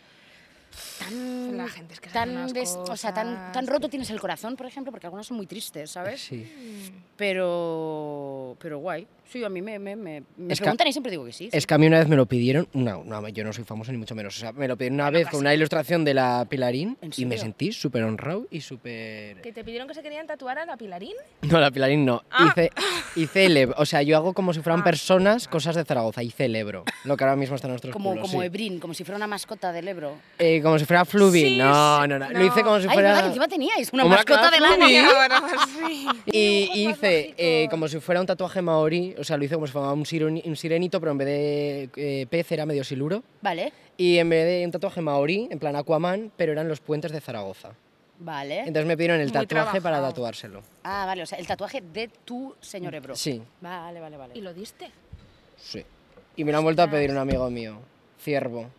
tan, La gente es que se hace tan, unas des- o sea, tan, tan cosas. roto tienes el corazón, por ejemplo, porque algunos son muy tristes, ¿sabes? Sí. Pero, pero guay. Sí, a mí me, me, me, me Es que- preguntan y siempre digo que sí. sí. Es que a mí una vez me lo pidieron, no, no, yo no soy famoso ni mucho menos, o sea, me lo pidieron una vez con una ilustración de la Pilarín ¿En y me serio? sentí súper honrado y súper... ¿Que te pidieron que se querían tatuar a la Pilarín? No, la Pilarín no. Ah. Hice, hice el Ebro. O sea, yo hago como si fueran Ah. personas cosas de Zaragoza. Hice el Ebro. Lo que ahora mismo está en nuestros como culos, como sí. Ebrin, como si fuera una mascota del Ebro. Eh, como si fuera Fluvi. Sí, no, sí, no, no, no. Lo hice como si Ay, verdad fuera... que encima teníais una Como la mascota cara del Fluvi. año. Ahora pues sí. Y Dibujos más hice eh, mágicos. como si fuera un tatuaje maorí, o sea, lo hice como si fuera un, sironi- un sirenito, pero en vez de eh, pez era medio siluro. Vale, Y en vez de un tatuaje maorí, en plan Aquaman, pero eran los puentes de Zaragoza. vale. Entonces me pidieron el Muy tatuaje para trabajado. tatuárselo. ah, vale, o sea, el tatuaje de tu señor Ebro. Sí, Vale, vale, vale. ¿Y lo diste? sí. Y me lo han vuelto a pedir un amigo mío, Ciervo.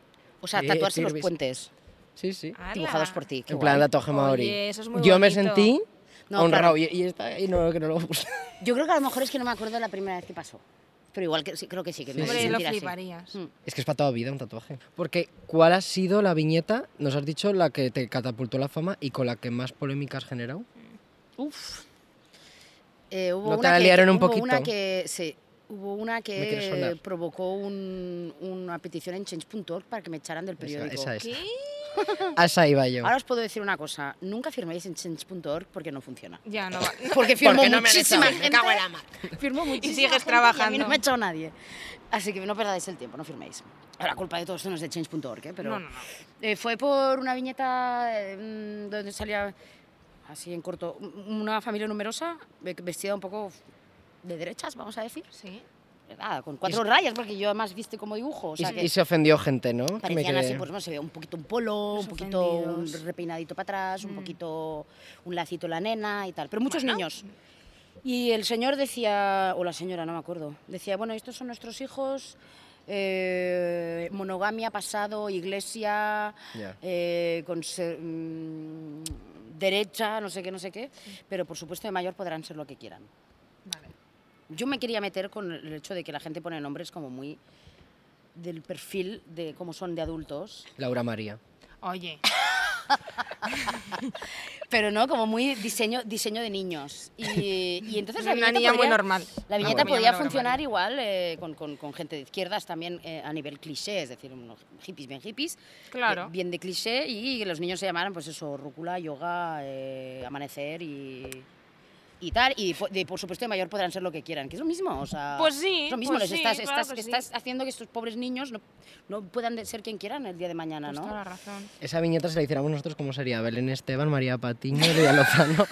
O sea, Eh, tatuarse los sirves. puentes Sí, sí. dibujados por ti. Ah, qué en plan guay. tatuaje Oye, maorí. eso es muy Yo me bonito. sentí No, honrado claro. y, y está y no, que no lo gusta. Yo creo que a lo mejor es que no me acuerdo la primera vez que pasó. Pero igual que sí, creo que sí, que me Hombre, hice lo sentir así. fliparías. Mm. Es que es para toda vida un tatuaje. Porque, ¿cuál ha sido la viñeta? Nos has dicho la que te catapultó la fama y con la que más polémica has generado. Uf. Eh, hubo No te una la que- liaron un hubo poquito. Una que, sí, hubo una Me quiere que sonar. eh, provocó un- una petición en change.org para que me echaran del Esa, periódico. esa, esa. ¿Qué? A esa iba yo. Ahora os puedo decir una cosa, nunca firméis en change.org porque no funciona. Ya no va. Porque firmó Porque no me han muchísima echado, me gente. cago en la Firmó muchísima sigues gente a mí trabajando. no me ha echado nadie. Así que no perdáis el tiempo, no firméis. La culpa de todo esto no es de change.org, ¿eh? pero No, no, no. eh, fue por una viñeta eh, mm, donde salía, así en corto, un- una familia numerosa ve- vestida un poco de derechas, vamos a decir. Sí. Nada, con cuatro rayas, porque yo además viste como dibujo. O sea y, que y se ofendió gente, ¿no? Que me parecían así, quedé- pues no se veía un poquito un polo, Los un poquito un ofendidos. repeinadito para atrás, un Mm. poquito un lacito la nena y tal, pero muchos Bueno. niños. Y el señor decía, o la señora, no me acuerdo, decía, bueno, estos son nuestros hijos, eh, monogamia, pasado, iglesia, Ya. eh, conser- mm, derecha, no sé qué, no sé qué, pero por supuesto de mayor podrán ser lo que quieran. Vale. Yo me quería meter con el hecho de que la gente pone nombres como muy del perfil de cómo son de adultos, Laura María. Oye, pero no como muy diseño, diseño de niños. Y, y entonces la una viñeta niña muy podría- normal. La bueno. viñeta Me podía funcionar igual eh, con, con- con gente de izquierdas también eh, a nivel cliché, es decir, unos hippies bien hippies, Claro. bien- bien de cliché y que los niños se llamaran pues eso, rúcula, yoga, eh, amanecer y, y tal. Y po- de- por supuesto de mayor podrán ser lo que quieran, que es lo mismo, o sea, Pues sí, es lo mismo, pues les sí, estás, claro estás, que sí. estás haciendo que estos pobres niños no, no puedan de- ser quien quieran el día de mañana, Pues ¿no? toda la razón. Esa viñeta si la hiciéramos nosotros, ¿cómo sería? Belén Esteban, María Patiño, Lidia Lozano.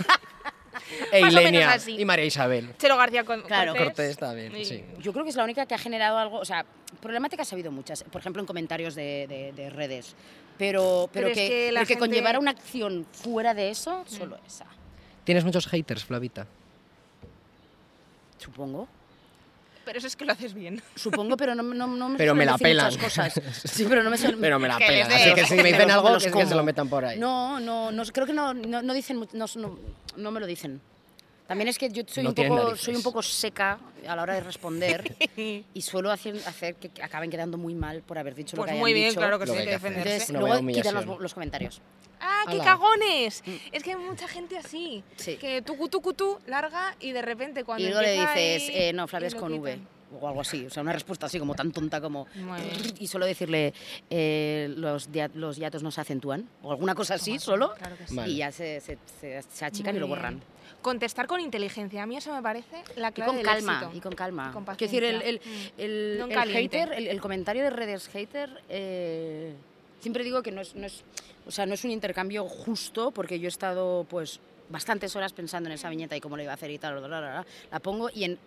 e Más o menos Ilenia. así. Y María Isabel. Chelo García con Claro. Cortés también, Y- sí. Yo creo que es la única que ha generado algo, o sea, problemáticas ha habido muchas, por ejemplo en comentarios de, de- de redes, pero, Pero pero, es que, que la pero que gente- Mm. conllevara una acción fuera de eso, solo esa, Tienes muchos haters, Flavita. supongo. Pero eso es que lo haces bien. Supongo, pero no, no, no me Pero suelen me la decir pelan. muchas Cosas. Sí, pero no me suelen- Pero me la Que pelan. les Así dé, que si me me dicen los- me algo, los es que se como. lo metan por ahí. No, no, no, creo que no, no, no dicen, mu- no, no, no me lo dicen. También es que yo soy, No un tienen poco, narices. soy un poco seca a la hora de responder y suelo hacer, hacer que acaben quedando muy mal por haber dicho lo Pues que muy hayan bien, dicho. claro que sí, Lo que hay que hay que hacer. defenderse. Entonces, Una luego buena quitan los, humillación. los comentarios. ¡Ah, qué Ala. cagones! Es que hay mucha gente así. Mm. Sí. Que tú, tú, tú, larga y de repente cuando. y luego le empieza dices, ahí, eh, no, Flavia y es lo con V. quitan. O algo así, o sea, una respuesta así como tan tonta como... Muy bien. Y solo decirle, eh, los, dia- los hiatos no se acentúan, o alguna cosa así, Toma, solo. claro que sí. Vale. Y ya se, se, se- se achican Muy y lo bien. borran. Contestar con inteligencia, a mí eso me parece la Y clave con del calma, éxito. y con calma. Con Quiero decir, el, el, paciencia. Mm. el- No en el caliente. hater, el, el comentario de redes hater, eh, siempre digo que no es, no es, o sea, no es un intercambio justo, porque yo he estado pues bastantes horas pensando en esa viñeta y cómo la iba a hacer y tal, bla, bla, bla, bla. la pongo y en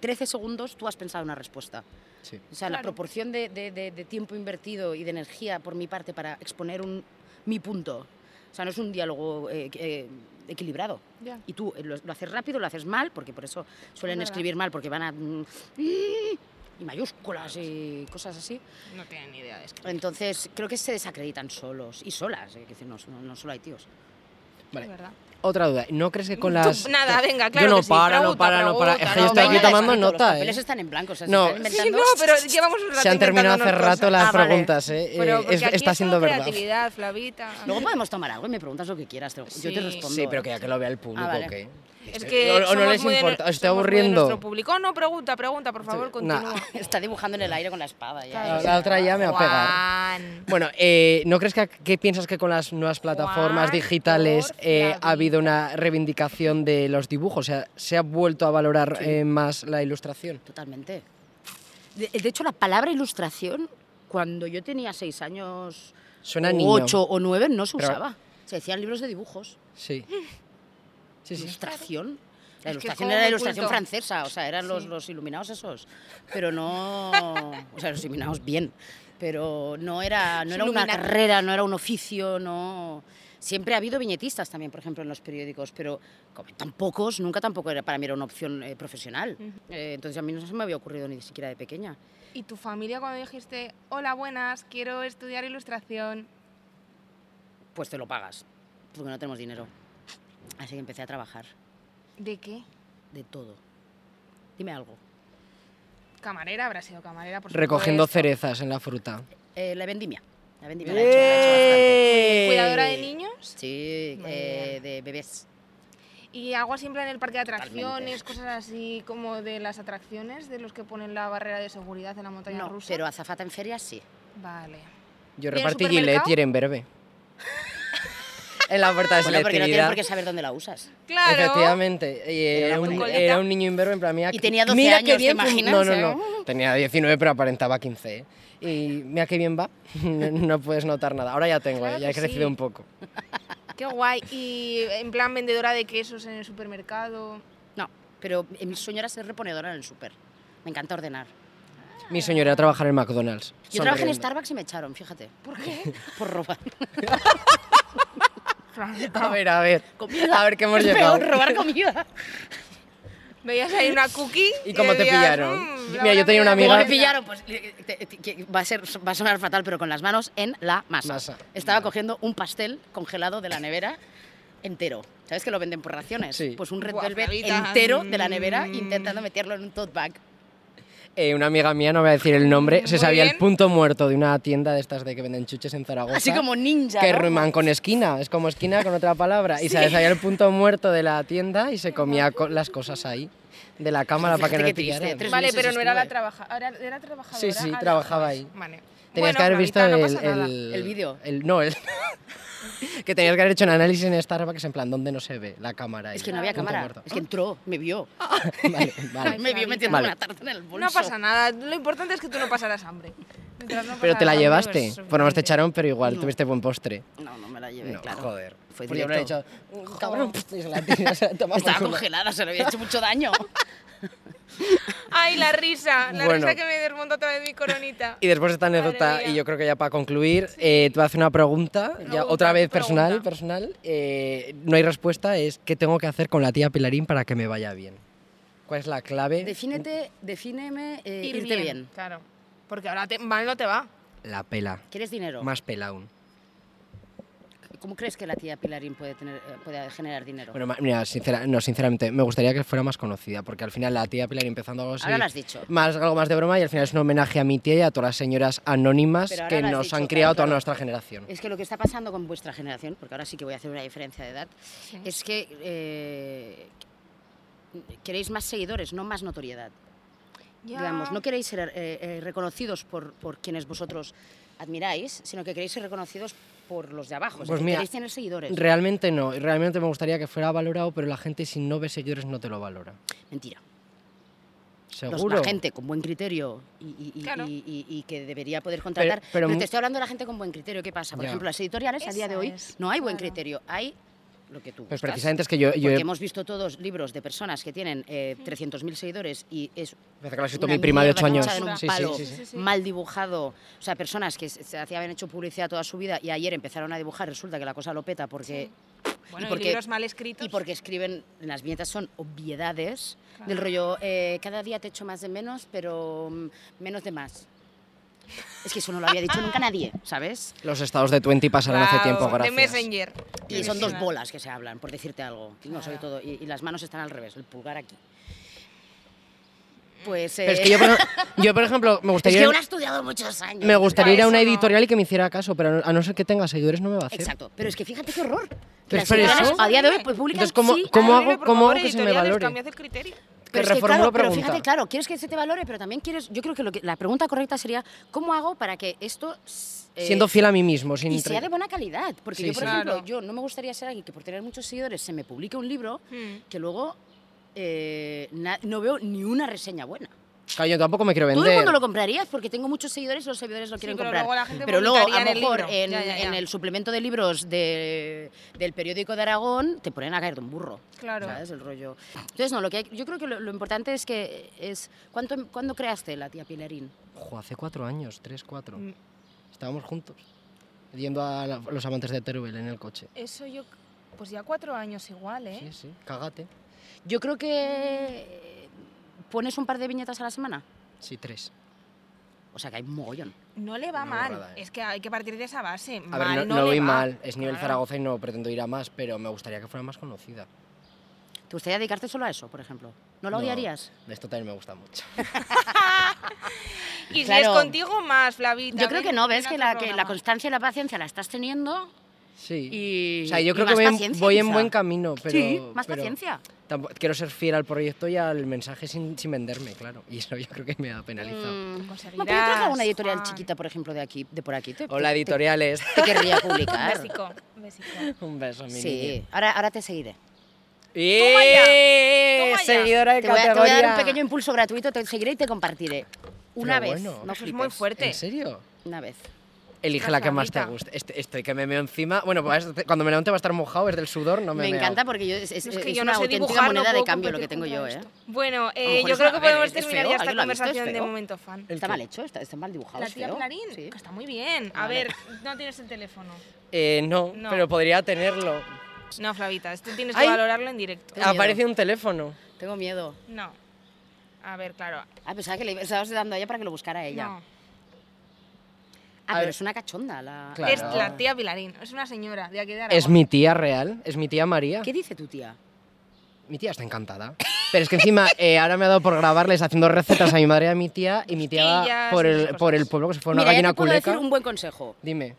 13 segundos tú has pensado una respuesta. Sí. O sea, la Claro. proporción de, de- de- de tiempo invertido y de energía por mi parte para exponer un, mi punto. O sea, no es un diálogo eh, eh, equilibrado. Ya. Y tú eh, lo, lo haces rápido, lo haces mal, porque por eso suelen verdad. escribir mal, porque van a... mm, y mayúsculas y cosas así. No tienen ni idea de esto. Entonces, creo que se desacreditan solos y solas. eh, que decir, no, no- no solo hay tíos. Es Vale. verdad. Otra duda. ¿No crees que con Tú, las. nada, venga, claro Yo no que sí, para, no pregunta, para, no para. Es pregunta, que yo no, estoy aquí venga, tomando escrito, Los nota, papeles ¿eh? están en blanco, o sea, No. se están Sí, Sí, inventando... no, pero llevamos un rato Se han terminado hace inventándonos rato cosas. las Ah, vale. preguntas, ¿eh? Pero Eh, porque es- aquí está es siendo todo verdad. creatividad, Flavita. Luego podemos tomar algo y me preguntas lo que quieras, te- yo te Sí. respondo. Sí, pero que ¿eh? ya que lo vea el público, Ah, vale. ¿qué? Es eh, que o- o no somos les muy de nu- importa, os está somos muy de aburriendo. nuestro público. No, pregunta, pregunta, por favor, continúa. Nah. Está dibujando en el aire con la espada. Ya, La, eh. la otra ya me va a pegar. Juan. Bueno, eh, ¿no crees que, que piensas que con las nuevas plataformas Juan, digitales por eh, la ha habido una reivindicación de los dibujos? O sea, ¿se ha vuelto a valorar eh, más la ilustración? Totalmente. De, de hecho, la palabra ilustración, cuando yo tenía seis años, Suena o niño. ocho o nueve, no se Pero- usaba. Se decían libros de dibujos. Sí. Sí, sí. Pues, Ilustración. que es La ilustración como era la muy ilustración culto. francesa, o sea, eran los, Sí. los iluminados esos. Pero no. O sea, los iluminados bien. Pero no era, no Los era una Illuminati. carrera, no era un oficio, no. Siempre ha habido viñetistas también, por ejemplo, en los periódicos, pero como tan pocos, nunca tampoco era para mí era una opción eh, profesional. Eh, entonces a mí no se me había ocurrido ni siquiera de pequeña. ¿Y tu familia cuando dijiste, hola, buenas, quiero estudiar ilustración? Pues te lo pagas, porque no tenemos dinero. Así que empecé a trabajar ¿De qué? de todo. Dime algo. Camarera, habrá sido camarera, por supuesto. Recogiendo cerezas en la fruta. Eh, la vendimia. La vendimia la he hecho, la he hecho bastante. ¡Eh! Cuidadora de niños Sí, Muy eh, bien. de bebés. y agua siempre en el parque de Totalmente. atracciones, cosas así como de las atracciones, de los que ponen la barrera de seguridad en la montaña No, rusa. pero azafata en feria sí. Vale. Yo ¿Y en el repartí supermercado? Gillette y era en verde. en la puerta de Bueno, porque no tienes selectividad. por qué saber dónde la usas. Claro. Efectivamente. Y era, Era un, tu coleta. era un niño imberbe en plan mira Y qué- tenía 12 mira años, qué ¿te bien fun- imaginas? No, no, O sea, no. Tenía 19, pero aparentaba 15. ¿eh? Y mira qué bien va. No, no puedes notar nada. Ahora ya tengo, ¿eh? Claro ya he que crecido sí. un poco. Qué guay. Y en plan vendedora de quesos en el supermercado. No, pero eh, mi sueño era ser reponedora en el súper. Me encanta ordenar. Mi sueño era trabajar en McDonald's. Yo trabajé en sonriendo. Starbucks y me echaron, fíjate, ¿Por qué? por robar. A ver, a ver. A ver qué hemos es llegado. peor robar comida. Veías ahí una cookie. ¿Y cómo te decías, pillaron? "Mm, Mira, la yo tenía verdad una me amiga- da pena". ¿Cómo me pillaron? Pues eh, te- te- que va a, ser, va a sonar fatal, pero con las manos en la masa. Masa. Estaba cogiendo un pastel congelado de la nevera entero. ¿Sabes que lo venden por raciones? Sí. Pues un Red Buah, Velvet Flavita, entero de la nevera mm. intentando meterlo en un tote bag. Eh, una amiga mía, no voy a decir el nombre, se Muy sabía bien. el punto muerto de una tienda de estas de que venden chuches en Zaragoza. Así como ninja, Que ¿no? riman con esquina, es como esquina con otra palabra. Y se sabía el punto muerto de la tienda y se comía co- las cosas ahí, de la cámara, para que no Fíjate qué le triste, pillaran. tres- Vale, meses pero no era la estuve. trabajadora. Era trabajadora. Sí, sí, Ah, trabajaba trabajabas. ahí. Vale. Tenías Bueno, que haber visto Flavita, no el, pasa nada. el- El vídeo. el- no, el. que tenías que haber hecho un análisis en Starbucks en plan, ¿dónde no se ve la cámara? Es y que no el había punto cámara. muerto? Es que entró, me vio. vale, vale. me vio metiendo Vale. una tarta en el bolso. No pasa nada. Lo importante es que tú no pasarás hambre. Mientras no Pero pasarás te la hambre, llevaste. pues, Bueno, más suficiente. te echaron, pero igual No. tuviste buen postre. No, no me la llevé, No, Eh, claro. joder. Fue Porque yo habría directo. dicho, cabrón, y se la tira, se la toma por Estaba culo. congelada, se le había hecho mucho daño. Ay, la risa. La Bueno. risa que me desmontó otra vez mi coronita. Y después de esta anécdota, Madre mía. y yo creo que ya para concluir, eh, te voy a hacer una pregunta, ya Pregunta, otra vez pregunta. personal, personal. eh, no hay respuesta, es ¿qué tengo que hacer con la tía Pilarín para que me vaya bien? ¿Cuál es la clave? Defínete, defíneme eh, Ir irte bien. bien. Claro. Porque ahora te- mal no te va. La pela. ¿Quieres dinero? Más pela aún. ¿Cómo crees que la tía Pilarín puede, tener, eh, puede generar dinero? Bueno, ma- mira, sincera- no, sinceramente, me gustaría que fuera más conocida, porque al final la tía Pilar empezando algo así. Ahora lo has dicho. Más, algo más de broma y al final es un homenaje a mi tía y a todas las señoras anónimas Pero ahora que lo has nos dicho, han claro, criado toda claro. nuestra generación. Es que lo que está pasando con vuestra generación, porque ahora sí que voy a hacer una diferencia de edad, es que eh, queréis más seguidores, no más notoriedad. Digamos, no queréis ser eh, eh, reconocidos por, por quienes vosotros admiráis, sino que queréis ser reconocidos por los de abajo. Pues es decir, mira, queréis tener seguidores. Realmente no, y realmente me gustaría que fuera valorado, pero la gente si no ve seguidores no te lo valora. Mentira. Los- Seguro. la gente con buen criterio y, y- y- Claro. y- y- y que debería poder contratar. pero Pero, mu- te estoy hablando de la gente con buen criterio. ¿Qué pasa? Por Ya. ejemplo, las editoriales a día de Esa hoy es, no hay buen claro. criterio, hay lo que tú Pues buscas. precisamente es que yo, yo Porque he- hemos visto todos libros de personas que tienen eh, 300.000 seguidores y es parece que lo ha escrito una mi prima de mierda 8 años. hinchada en un Sí, sí, palo. sí, sí. Sí, sí. mal dibujado. O sea, personas que se se habían hecho publicidad toda su vida y ayer empezaron a dibujar, resulta que la cosa lo peta porque... Bueno, y porque- libros mal escritos. Y porque escriben, las viñetas son obviedades del rollo, eh, cada día te echo más de menos, pero mm, menos de más. Es que eso no lo había dicho nunca nadie, ¿sabes? Los estados de Twenty pasaron hace Wow, tiempo, De gracias. Messenger. Y son dos Buenísima. bolas que se hablan, por decirte algo. No, sobre todo. Y, y las manos están al revés, el pulgar aquí. Pues. Pero es eh, que yo, por, yo, por ejemplo, me es gustaría, que uno ha estudiado muchos años. me gustaría ir a Eso una no. editorial y que me hiciera caso, pero a no- a no ser que tenga seguidores no me va a hacer. Exacto. Pero es que fíjate qué horror. Que Pero las es por editoriales eso. A día de hoy, pues publican. Entonces, ¿cómo, sí, cómo Adriana, hago, por cómo favor, hago que se me editoriales, valore? cambiad el criterio. Que Pero es que, reformulo claro, pregunta. Pero fíjate, claro, quieres que se te valore, pero también quieres. Yo creo que, lo que la pregunta correcta sería: ¿cómo hago para que esto. eh, Siendo fiel a mí mismo, sin y sea re- de buena calidad, porque Sí, yo, por sí. ejemplo, Claro. yo no me gustaría ser alguien que por tener muchos seguidores se me publique un libro Hmm, que luego eh, na- no veo ni una reseña buena. Claro, yo tampoco me quiero vender. Todo el mundo lo compraría porque tengo muchos seguidores y los seguidores lo quieren pero comprar. luego la gente pero luego, a publicaría lo en el mejor, libro. en, Ya, ya, ya. en el suplemento de libros de- del periódico de Aragón te ponen a caer de un burro. Claro. ¿Sabes? El rollo. Entonces, no, lo que hay- yo creo que lo, lo importante es que es. ¿cuánto, ¿Cuándo creaste la tía Pilarín? Ojo, hace cuatro años, tres, cuatro. Mm. Estábamos juntos. Yendo a la- los amantes de Teruel en el coche. Eso yo. Pues ya cuatro años igual, ¿eh? Sí, sí, cagate. Yo creo que. eh, ¿Pones un par de viñetas a la semana? Sí, tres. O sea que hay mogollón. No le va No mal. le va, eh. Es que hay que partir de esa base. A ver, no, no no le voy va. mal. Es nivel Claro. Zaragoza y no pretendo ir a más, pero me gustaría que fuera más conocida. ¿Te gustaría dedicarte solo a eso, por ejemplo? ¿No lo No. odiarías? De esto también me gusta mucho. Y si Claro. es contigo, más, Flavita. Yo creo ven, que no, ven ves a que otro la, que la programa. constancia y la paciencia la estás teniendo Sí. y. o sea, yo y creo que más voy, en, paciencia, voy en quizá. buen camino, pero. sí, más pero paciencia. tampo- Quiero ser fiel al proyecto y al mensaje sin, sin venderme, claro. Y eso yo creo que me ha penalizado. Mm, Pues bueno, pero yo trabajo en una seguirás, editorial Juan. chiquita, por ejemplo, de aquí, de por aquí. Te, Hola, te- editoriales. Te, te querría Un publicar. besico, un besico. Un beso, mi niña. Sí, ahora, ahora te seguiré. ¡Eh! Toma ya. Seguidora de Te voy, a, te voy a categoría. dar un pequeño impulso gratuito, te seguiré y te compartiré. Una Pero vez, bueno. no Eso es muy flipes. fuerte. ¿En serio? Una vez. Elige Una la que más te flamita. guste. Este- estoy que me meo encima. Bueno, pues, cuando me levante va a estar mojado, es del sudor, no me Me meo. encanta porque yo, es, es- Es que es yo una no sé auténtica dibujar, no moneda de puedo cambio lo que competir tengo contra yo, ¿eh? esto. Bueno, eh, mejor yo creo es una- que a ver, podemos es- es terminar feo, ya esta ¿alguien lo ha visto? Es conversación de feo. momento fan. ¿El Está qué? mal hecho, está, está mal dibujado. La es tía feo. Pilarín, Sí. que está muy bien. A Vale. ver, no tienes el teléfono. Eh, no, No. pero podría tenerlo. No, Flavita, esto tienes Ay. que valorarlo en directo. miedo. Aparece un teléfono. Tengo miedo. No. A ver, claro. Ah, pensaba que le estabas dando a ella para que lo buscara ella. No. Ah, A pero ver. es una cachonda la... Claro. Es la tía Pilarín, es una señora de aquí de Aragón. Es mi tía real, es mi tía María. ¿Qué dice tu tía? Mi tía está encantada. Pero es que encima eh, ahora me ha dado por grabarles haciendo recetas a mi madre y a mi tía y mi tía va Costillas, por el, esas por el cosas. pueblo que se fue a una Mira, ya gallina te puedo culeca. decir un buen consejo. Dime.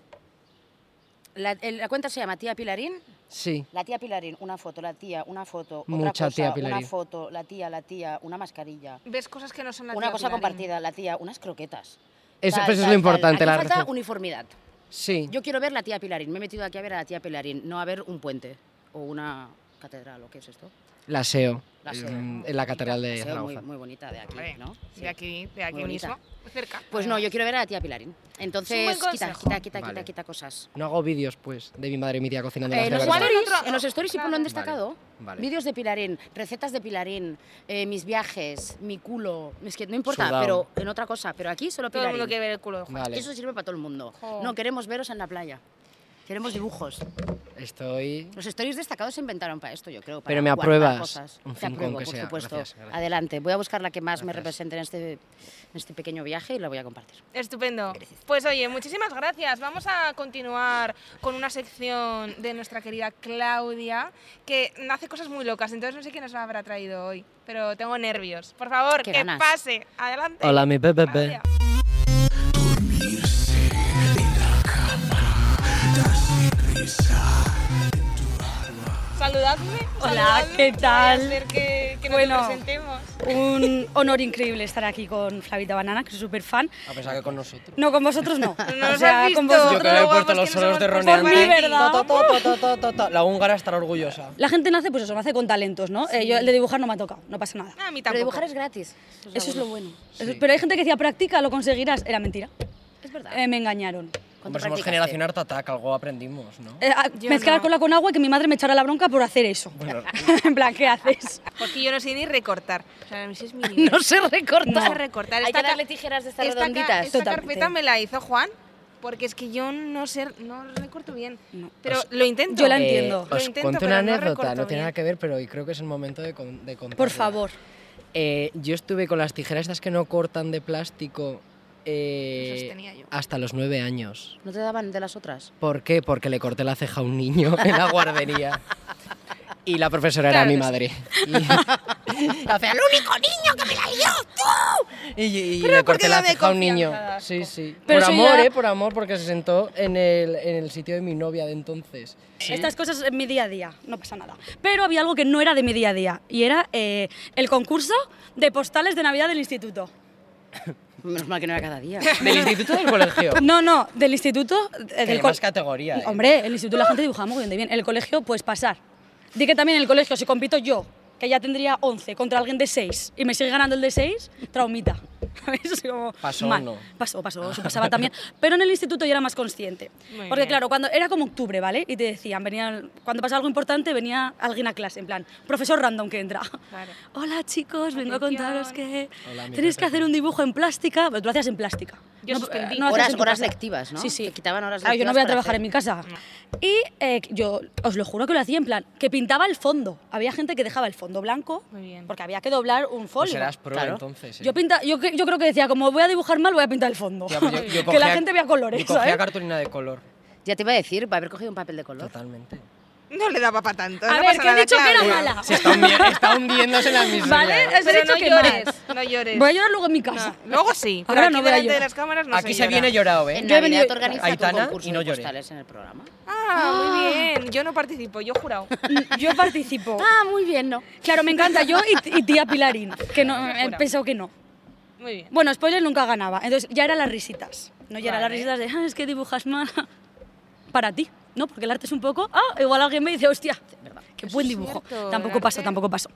La, el- la cuenta se llama Tía Pilarín. Sí. La tía Pilarín, una foto, la tía, una foto, otra Mucha cosa, tía Pilarín. una foto, la tía, la tía, una mascarilla, Ves cosas que no son la una tía cosa Pilarín. compartida, la tía, unas croquetas. Eso, Tal, pues eso es lo tal, tal. importante. Aquí La falta receta. uniformidad. Sí. Yo quiero ver la tía Pilarín. Me he metido aquí a ver a la tía Pilarín, no a ver un puente o una catedral o qué es esto. La SEO. La SEO. En, en la catedral de Paseo muy, Zaragoza. muy bonita de aquí, Hombre, ¿no? Sí. De aquí, de aquí Muy bonita. mismo. Cerca. Pues no, yo quiero ver a la tía Pilarín. Entonces, buen quita, consejo. quita, quita, Vale. quita, quita cosas. No hago vídeos, pues, de mi madre y mi tía cocinando Eh, las en, de los verdad. Igual en stories, otro- en los stories sí ponlo Vale. en destacado. Vale. Vídeos de Pilarín, recetas de Pilarín, eh, mis viajes, mi culo. Es que no importa, Sudado. pero en otra cosa. Pero aquí solo Todo el Pilarín. mundo quiere ver el culo de Juan. Vale. Eso sirve para todo el mundo. Jo. No queremos veros en la playa. Queremos dibujos. Estoy. Los stories destacados se inventaron para esto, yo creo. para Pero me guardar apruebas cosas. un Te fincón apruebo, que por sea. supuesto. Gracias, gracias. Adelante, voy a buscar la que más me Gracias. represente en este, en este pequeño viaje y la voy a compartir. Estupendo. Pues oye, muchísimas gracias. Vamos a continuar con una sección de nuestra querida Claudia, que hace cosas muy locas, entonces no sé qué nos habrá traído hoy, pero tengo nervios. Por favor, Qué que ganas. pase. Adelante. Hola, mi bebé. Claudia. Saludadme. Hola, saludadme, ¿qué voy a tal? hacer Que, que Bueno. nos presentemos. Un honor increíble estar aquí con Flavita Banana, que soy súper fan. A pesar que con nosotros. No, con vosotros no. No nos o sea, has visto. con vosotros. Yo que le he lo puesto guapos los que nos solos hemos de puesto. Por mi roneante. verdad. To, to, to, to, to, to, to. La húngara estará orgullosa. La gente nace, pues eso, nace con talentos, ¿no? Eh, yo el de dibujar no me ha tocado, no pasa nada. Ah, A mí Pero tampoco. dibujar es gratis. Eso es lo bueno. Eso- Sí. Pero hay gente que decía, practica, lo conseguirás. Era mentira. Es verdad. Eh, me engañaron. ¿Cuánto Hombre, somos practicaste? generación Artatac, algo aprendimos, ¿no? Eh, a- Yo mezclar no. cola con agua y que mi madre me echara la bronca por hacer eso. en plan, ¿qué haces? Porque yo no sé ni recortar. O sea, no sé es mi nivel. No se No sé recorta. recortar. Hay Esta que ca- darle tijeras de estas esta ca- redonditas. Esta Totalmente. carpeta me la hizo Juan, porque es que yo no sé, no recorto bien. No. Pero lo intento. Yo la entiendo. Eh, os Lo intento, cuento pero una no anécdota, recorto no, tiene nada bien. que ver, pero creo que es el momento de, con, de contarla. Por favor. Eh, yo estuve con las tijeras estas que no cortan de plástico eh, Esas tenía yo. hasta los nueve años. ¿No te daban de las otras? ¿Por qué? Porque le corté la ceja a un niño en la guardería. Y la profesora Claro era mi que sí. madre. Y, el único niño que me la lió, tú. Y, y le ¿por qué corté la no me ceja a un confías, niño. Adasco? Sí, sí. Pero por eso amor, ya- ¿eh? Por amor, porque se sentó en el, en el sitio de mi novia de entonces. Estas cosas en mi día a día, no pasa nada. Pero había algo que no era de mi día a día y era eh, el concurso de postales de Navidad del instituto. Menos mal que no era cada día. ¿Del instituto o del colegio? No, no, del instituto. eh, Que hay del co- más categoría. ¿eh? Hombre, el instituto la gente dibujaba muy bien. El colegio, pues pasar. Di que también en el colegio, si compito yo, que ya tendría 11 contra alguien de 6 y me sigue ganando el de 6, traumita. ¿Sabes? Es como, Pasó, mal. ¿no? Pasó, pasó, eso pasaba también. Pero en el instituto yo era más consciente. Muy Porque bien. claro, cuando era como octubre, ¿vale? Y te decían, venía, cuando pasaba algo importante, venía alguien a clase, en plan, profesor random que entra. Claro. Hola chicos, vengo a Atención. contaros que Hola, mi tenéis que profe. hacer un dibujo en plástica, pero tú lo hacías en plástica. Yo eh, suspendí. lo hacías Horas- en tu horas casa. lectivas, ¿no? Sí, sí. Te quitaban horas Claro, yo no lectivas voy a para trabajar hacer- en mi casa. Y eh, yo os lo juro que lo hacía en plan, que pintaba el fondo. Había gente que dejaba el fondo blanco, Muy bien. porque había que doblar un Pues folio. eras pro Claro. entonces. ¿eh? yo, pinta, yo, cre- yo creo que decía, como voy a dibujar mal, voy a pintar el fondo. Tía, pues yo- yo que la cogía- gente vea colores, Yo cogía ¿sabes? cartulina de color. Ya te iba a decir, para haber cogido un papel de color. Totalmente. No le daba para tanto. A no ver, pasa que he nada, dicho que era Claudia. mala. Se está, hundi- está hundiéndose en la miseria. ¿Vale? Eso he Pero dicho no que mal. llores, no llores. Voy a llorar luego en mi casa. No, Luego sí, pero Ahora aquí no voy a delante de llorar. las cámaras no Aquí se llora. viene llorado, ¿eh? En Yo he Navidad venido- te organizas Aitana, tu concurso y no de llore. postales en el programa. Ah, muy bien. Yo no participo, yo jurado. Mm, Yo participo. Ah, muy bien, ¿no? Claro, me encanta yo y, y tía Pilarín, que no, he Locura. pensado que no. Muy bien. Bueno, spoiler nunca ganaba. Entonces ya eran las risitas. No, ya eran las Vale. risitas de, "Ah, es que dibujas mal. Para ti, ¿no? Porque el arte es un poco, ah, igual alguien me dice, hostia, qué Eso buen es dibujo. cierto, el tampoco paso, arte. tampoco paso.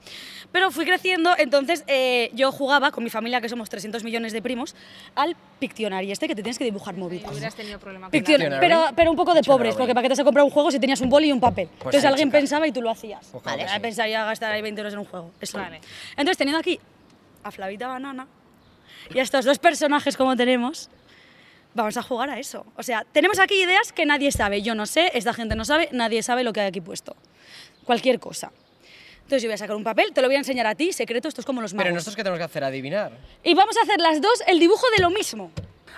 Pero fui creciendo, entonces eh, yo jugaba con mi familia, que somos 300 millones de primos, al Pictionary, este que te tienes que dibujar Y hubieras movitas. tenido problema con Pictionary, Pictionary. pero, pero un poco de Pictionary. pobres, porque para qué te has comprado un juego si tenías un boli y un papel. entonces Pues sí, alguien chica. pensaba y tú lo hacías. Pues claro vale, que ahora sí. pensaría gastar ahí 20 euros en un juego. Eso no. Vale. Entonces teniendo aquí a Flavita Banana y a estos dos personajes como tenemos, vamos a jugar a eso. O sea, tenemos aquí ideas que nadie sabe. Yo no sé, esta gente no sabe, nadie sabe lo que hay aquí puesto. Cualquier cosa. Entonces yo voy a sacar un papel, te lo voy a enseñar a ti, secreto, esto es como los magos. Pero nosotros, ¿qué tenemos que hacer? ¿Adivinar? Y vamos a hacer las dos el dibujo de lo mismo.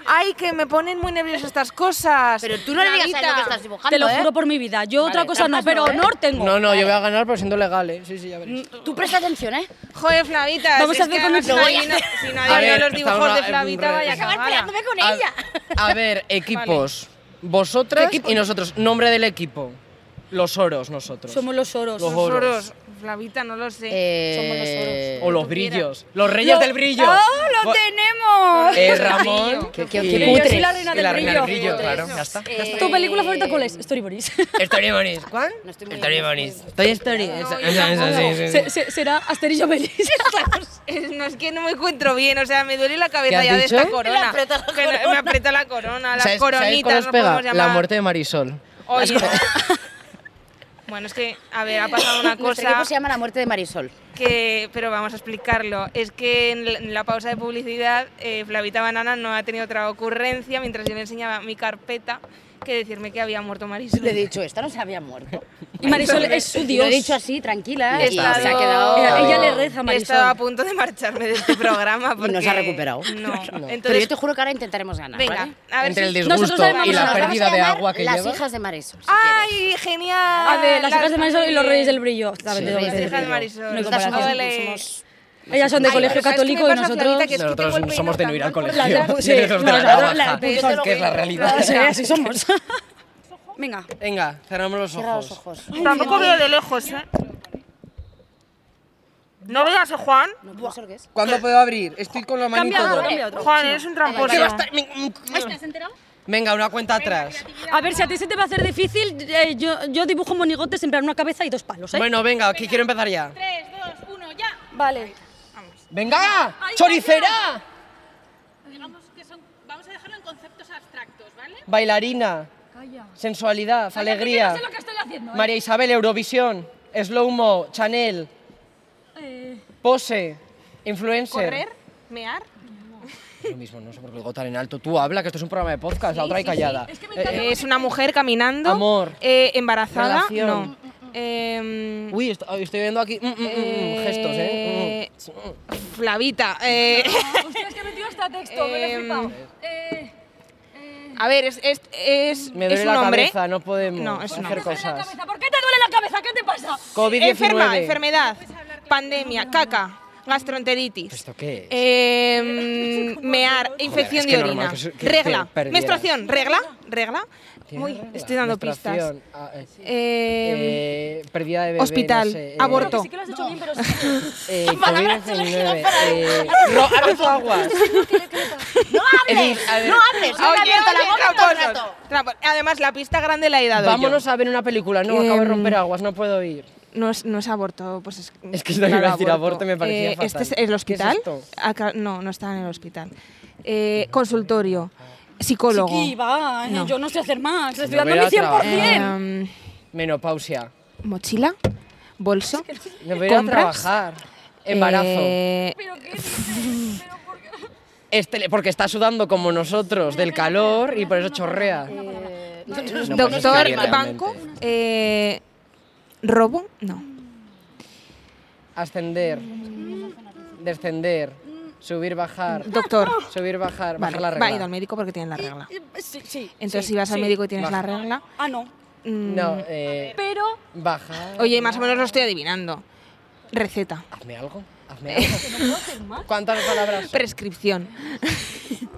Ay, que me ponen muy nerviosa estas cosas. Pero tú no le digas a él lo Mamita. que estás dibujando, te lo ¿eh? juro por mi vida. Yo Vale, otra cosa no, trampas pero no, ¿eh? honor tengo. No, no, yo voy a ganar, pero siendo legal, ¿eh? Sí, sí, ya veréis. Tú presta atención, ¿eh? Joder, Flavita. Vamos si a es hacer que con ahora nuestro- si Voy a nadie no- Si A nadie ver, vio los está dibujos una- de es un Flavita, re- vaya Acaban cagada. con A- A, ver, equipos. Vosotras y nosotros. Nombre del equipo. Los oros, nosotros. Somos los oros. Los Los oros. oros. Flavita, no lo sé. Eh, O los tú quieras. brillos. Los reyes Lo- del brillo. ¡Oh, lo Bo- tenemos! eh, Ramón. Qué- qué- y- qué y putres. Yo soy la reina y del la reina del brillo. brillo, claro. Eso. Ya está. eh, ¿Tu película favorita cuál es? Storyboris. Storybonis. ¿Cuál? No estoy muy Storybonis. Estoy Story. No, Eso, yo eso, eso, tampoco. sí, sí, sí. Se- se- será Asterix y Obelix. Es- No, es que no me encuentro bien, o sea, me duele la ¿Qué cabeza has ya de dicho? esta corona. Le aprieta la Que no- corona. me aprieta la corona, las ¿Sabes- sabéis coronitas, cuál os no pega? podemos llamar. La muerte de Marisol. Oye. bueno, es que, a ver, ha pasado una Nuestro equipo cosa se llama La Muerte de Marisol. que, pero vamos a explicarlo. Es que en la- en la pausa de publicidad, eh, Flavita Banana no ha tenido otra ocurrencia mientras yo le enseñaba mi carpeta que decirme que había muerto Marisol. Le he dicho, esta no se había muerto. Y Marisol es su Y Lo dios. he dicho así, tranquila. He y se ha estado- quedado... Ella- ella le reza a He Marisol. estado a punto de marcharme de este programa Y porque... no se ha recuperado. No. Entonces, Pero yo te juro que ahora intentaremos ganar, venga, ¿vale? a ver Entre si- el Nosotros disgusto sabemos y que la nos vamos a pérdida de agua que Las lleva. hijas de Marisol, si quieres. ¡Ay, genial! A ver, las hijas de Marisol y los reyes del brillo. Sí. Totalmente, Las Las totalmente. hijas de No Marisol. hay Nosotras comparación. Ole. somos- Ellas son de Ay, pero colegio es que me católico y pasa, nosotros... Flavita, que es que Nosotros tengo el somos de no ir al peinado colegio. tan largo. sí, y esos de la nosotros navaja, la- pues, que es la realidad. Ah, sí, así somos. Venga. Venga, cerramos los Cierra los ojos. ojos. Tampoco veo de lejos, ¿eh? ¿No veas a Juan? No, no sé lo que es. ¿Cuándo puedo abrir? Estoy con la Cambia manito. otro, cambia otro. Juan, eres un tramposo. Que va a estar- me- mm, Venga, una cuenta atrás. A ver, si a ti se te va a hacer difícil, eh, yo, yo dibujo monigotes en plan una cabeza y dos palos, ¿eh? Bueno, venga, aquí quiero empezar ya. Vale. ¡Venga! ¡Choricera! Bailarina. Sensualidad, alegría. María Isabel, Eurovisión. Slow Mo, Chanel. Pose. Influencer. ¿Correr? ¿Mear? Lo mismo, no sé por qué lo digo tan en alto. Tú habla, que esto es un programa de podcast, la otra y callada. Eh, Es una mujer caminando. Amor. Eh, embarazada. Relación. No. Eh, Uy, est- ay, estoy viendo aquí mm, mm, mm, Eh, gestos, ¿eh? Flavita. eh, Hostia, es que he metido hasta texto, Eh, me lo he flipado. Eh, a ver, es, es, es, Mm. Me duele es un la hombre. cabeza, no podemos No, es un hacer hombre. cosas. ¿Por qué te duele la cabeza? ¿Qué te pasa? COVID-19. Enferma, enfermedad, pandemia, caca, gastroenteritis. ¿Esto qué es? Eh, Em, mear, infección es que de normal orina, que se- que regla, te perdieras. menstruación, regla, regla. ¿Tiene Uy, regla? estoy dando pistas. Menstruación, ah, eh, Em, eh, pérdida de bebé, hospital, no sé, eh, aborto. Sí que lo has hecho bien, pero sí. Eh, COVID-19. eh, ro- ha roto aguas. ¡No Es hables! decir, a ver, ¡No hables! Oye, ¡Has abierto la oye, boca todo el tramposos, rato! trampo- pues, Además, la pista grande la he dado yo. Em, Vámonos a ver una película. No, acabo de romper aguas, no puedo ir. No es, no es aborto, pues es. Es que iba a claro, decir aborto, me parecía fatal. Este es ¿Qué es el hospital. esto? Acá- no, no está en el hospital. Eh, consultorio, psicólogo. Chiqui, va, eh, No. yo no sé hacer más. Estoy No dando voy a mi 100%. Em, Menopausia. mochila, bolso. No voy a ir a ¿Compras? trabajar. Embarazo. eh, Este- porque está sudando como nosotros del calor y por eso chorrea. No, pues es que doctor, realmente. banco. eh, robo, no. Ascender. Descender. Subir, bajar. Doctor. Subir, bajar. Vale, Bajar la va a ir al regla. médico porque tienen la regla. Eh, Sí, sí. Ah. Entonces, sí, si vas al sí. médico y tienes Baja. la regla. Ah, no. mm, No, eh, Pero bajar. Oye, más o menos lo estoy adivinando. Receta, Hazme algo. Hazme algo. ¿Cuántas palabras? son? prescripción.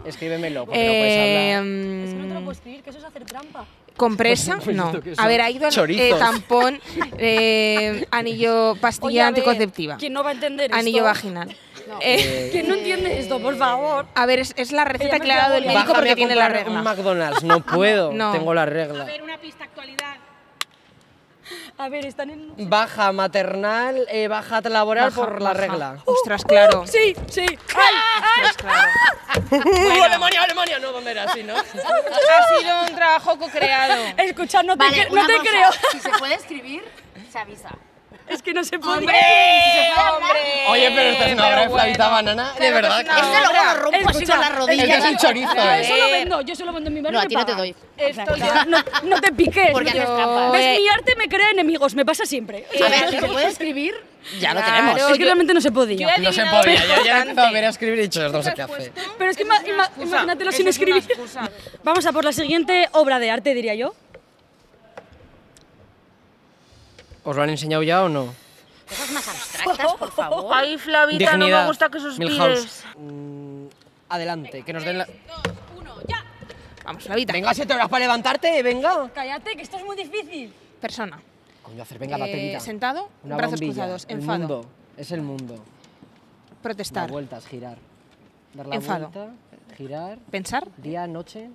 Escríbemelo, porque no puedes hablar. Em, escribir, que eso es hacer trampa. Compresa, Pues no. esto que A son ver, ha ido eh, chorizos. tampón, eh, anillo, pastilla Oye, a ver, anticonceptiva, ¿Quién no va a entender anillo esto? vaginal. Eh, ¿Quién no entiende esto, por favor? a ver, es, es la receta me que le ha dado el cago en- médico Bájame porque a tiene la comprar un regla. McDonald's, no puedo. No. Tengo la regla. A ver, están en... Baja maternal, eh, baja laboral Baja, por la baja. regla. Uh, Ostras, claro. Sí, sí. Ostras, claro. Alemania, Alemania! No, era así, ¿no? Ha sido un trabajo co-creado. Escucha, no te, Vale, cre- una no te cosa, creo. Si se puede escribir, se avisa. Es que no se puede. ¡Hombre! Oye, pero esta es una obra de bueno. Flavita Banana, de Pero verdad. que es una que- Este luego lo rompo así Escucha, con las rodillas. es un chorizo, No, eh. eso lo vendo, yo solo vendo en mi barrio. No, a y ti me no te pagan. doy. Esto O sea, No, no te piques. Porque tío. haces trampa. ¿Ves? Mi arte me crea enemigos, me pasa siempre. A ver, si se puede escribir, ya lo tenemos. Claro. es que yo- realmente no se yo podía. he No se adivinado podía, lo yo ya he empezado a ver importante. a escribir y he dicho, esto no sé qué Pues hace. Pero es que ima- ima- excusa, imagínatelo sin eso es una escribir. excusa. Vamos a por la siguiente obra de arte, diría yo. ¿Os lo han enseñado ya o no? Cosas más abstractas, por favor. Ay, Flavita, no me gusta que suspires. Milhouse. Mm, adelante, que nos den la... Vamos, Flavita. Venga, siete horas para levantarte, venga. Cállate, que esto es muy difícil. Persona. Coño, hacer, venga, date Eh, vida. sentado, Una brazos bombilla, cruzados, el enfado, mundo, es el mundo. Dar protestar, vueltas, girar. Dar la Enfado. vuelta, girar, pensar, día, noche,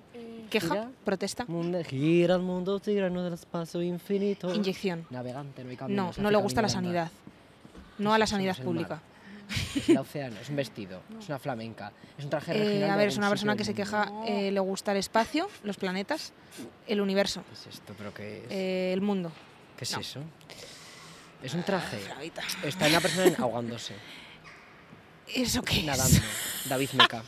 queja, gira. protesta. Mundo, gira el mundo, tirano del espacio infinito. Inyección. Navegante, no hay camino. No, no le gusta la sanidad. No a la sanidad es el pública. mar. Es el océano, es un vestido, es una flamenca, es un traje Eh, regional a de ver, es algún una persona sitio que se del mundo. queja, eh, le gusta el espacio, los planetas, eh, el universo, ¿Qué es esto? ¿Pero qué es? eh, el mundo. ¿Qué es no. eso? Es un traje. Está una persona ahogándose, ¿Eso qué es? nadando. David Meca.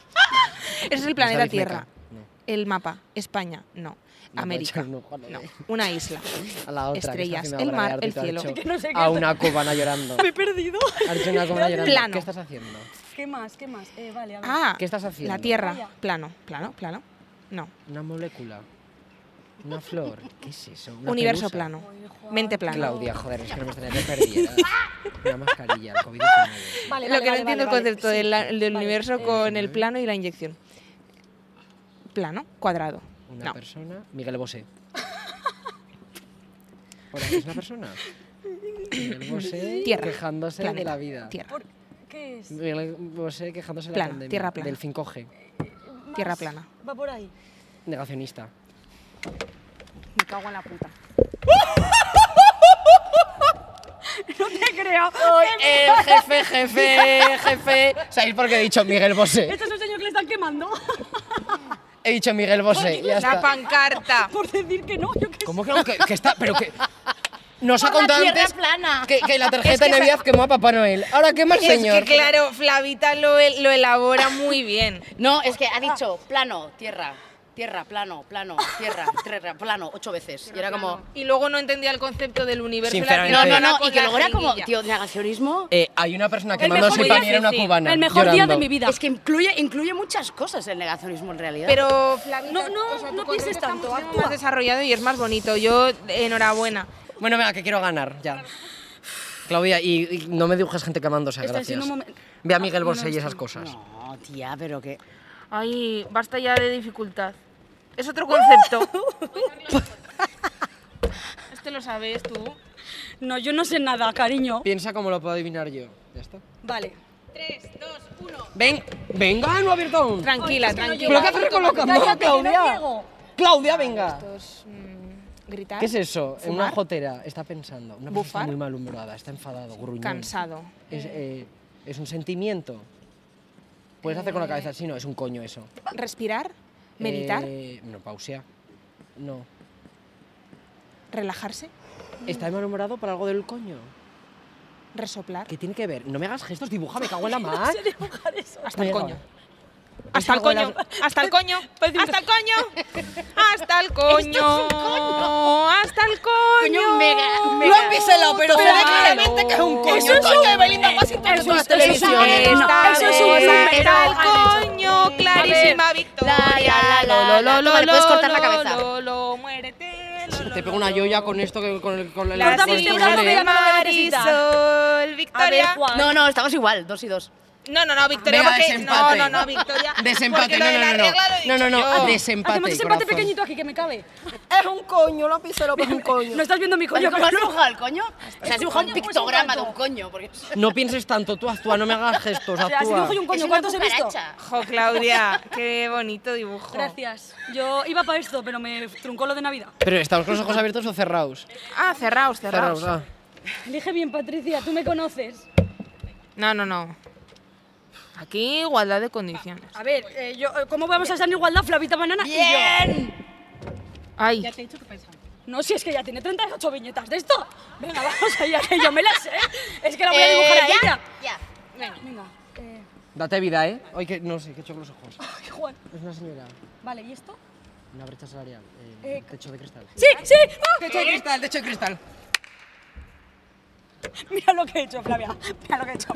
Ese es el planeta Tierra. No. el mapa. España, no. No, América, no, joder. no. Una isla. A la otra. que está Estrellas, haciendo el ahora de mar, el Artito cielo. Archo. Que no sé qué a es. una cubana llorando. Me he perdido. Archo, una cubana llorando. Plano. ¿Qué estás haciendo? ¿Qué más? ¿Qué más? Eh, vale, a ver. Ah, ¿Qué estás haciendo? la tierra. Vaya. Plano, plano, plano. No. Una molécula. Una flor. ¿Qué es eso? Una Universo pelusa. plano. Oye, Juan. Mente plana. Claudia, joder, es que no me tener que perder. Una mascarilla, el COVID-19. Lo Vale, vale, que no vale, entiendo vale, el concepto vale, del, sí, del vale. universo Eh, con el plano y la inyección. Plano, cuadrado. Una no. persona. Miguel Bosé. ¿Por aquí es una persona? Miguel Bosé Tierra. quejándose de Planeta. la vida. Tierra. ¿Por ¿Qué es? Miguel Bosé quejándose de la Plana, pandemia. tierra plana. Del 5G. Más. Tierra plana. Va por ahí. Negacionista. Me cago en la puta. No te creo. el jefe, jefe, jefe. ¿Sabéis por qué he dicho Miguel Bosé? Este es un señor que le están quemando He dicho Miguel Bosé. Ya La está. pancarta. por decir que no. Yo qué sé. ¿Cómo que no? Que, que está. Pero que. Nos ha Por la contado tierra antes plana. que, que la tarjeta de Navidad quemó a Papá Noel. Ahora quema el señor. Es que claro, Flavita lo, el- lo elabora muy bien. No, es que ha dicho plano, tierra, tierra, plano, plano, tierra, tierra, plano, ocho veces. Y era como. Y luego no entendía el concepto del universo. Sinceramente. No, no, no. con Y que la luego era como, jeringuilla. tío, negacionismo. Eh, hay una persona que El mandó mejor sin día, pan y era una sí, sí. cubana. El mejor día de llorando. mi vida. Es que incluye, incluye muchas cosas el negacionismo en realidad. Pero Flavita, No, no, o sea, tu no concepto pienses está tanto, muchísimo actúa. más desarrollado y es más bonito. Yo enhorabuena. Bueno, venga, que quiero ganar, ya. Claudia, y, y no me dibujes gente quemándose, Estoy gracias. siendo un momen- Ve a Miguel Bosé y esas cosas. No, tía, pero que. Ay, basta ya de dificultad. Es otro concepto. este lo sabes tú. No, yo no sé nada, cariño. Piensa cómo lo puedo adivinar yo. Ya está. Vale. Ven, venga, no ha abierto aún. Tranquila, ¿Pero tranquila. qué haces con la cámara, Claudia? Claudia, venga. Pues, mm, Gritar. ¿Qué es eso? En Una ¿Fumar? jotera, está pensando. Una persona está ¿Bufar? muy malhumorada, está enfadado, gruñón. Cansado. Es, eh, es un sentimiento. Puedes hacer con la cabeza, sí, no, es un coño eso. Respirar, meditar, Eh, no, pausia. No. relajarse, ¿Está malhumorado por algo del coño? resoplar. ¿Qué tiene que ver? No me hagas gestos, dibuja, me cago en la mar. Hasta el Venga. coño. Hasta el algo de coño. la- Hasta el coño. Hasta el coño. Hasta el coño. Hasta el coño. Coño, mega, mega. han biselado, pero se ve claramente que es un coño. El coño de Belinda más importante de todas las televisiones. Esta eso es vez un pero- hasta el coño. Clarísima victoria. la, la, la, la, toma, le puedes cortar la cabeza. Lo, lo, lo, muérete. lo, lo, Te pego lo, una lo. yoya con esto, que- con el... Con el La con Córtame el este silla brazo, cable. que ya de no lo voy a necesitar. Marisol. A ver, Victoria. Juan. No, no, estamos igual, dos y dos. No, no, no, Victoria. Venga, porque, desempate. No, no, no, Victoria. Desempate, porque lo no, de la no, no, regla lo he no. No, no, dicho no, yo. este desempate, Hacemos ese empate corazón. pequeñito aquí que me cabe. Es un coño, lo ha pisado, es un coño. No estás viendo mi Oye, coño, ¿Cómo has pero no. dibujado el coño? O sea, has dibujado un coño, pues, un pictograma de gato. un coño. Porque... No pienses tanto, tú actúa, no me hagas gestos, O sea, si actúa. dibujo yo un Es coño, una ¿cuántos he visto? cucaracha. Jo, Claudia, qué bonito dibujo. Gracias. Yo iba para esto, pero me truncó lo de Navidad. Pero, ¿estamos con los ojos abiertos o cerrados? Ah, cerraos, cerraos. Cerrados, ah. Elige bien, Patricia, tú me conoces. ah. No, no, no. Aquí igualdad de condiciones. A ver, eh, yo, eh, ¿cómo vamos a estar en igualdad, Flavita Banana y yo? Ay, No, si es que ya tiene 38 viñetas de esto. Venga, vamos allá, que yo me las sé. Es que la voy a dibujar a ella. Ya. Venga, eh, Date vida, ¿eh? Hoy que, no sé, que he hecho con los ojos. ay, Juan. Es una señora, Vale, ¿y esto? una brecha salarial, eh, Eh, techo de cristal. ¡Sí, sí! ¡Ah! Techo de cristal, techo de cristal. Mira lo que he hecho, Flavia. Mira lo que he hecho.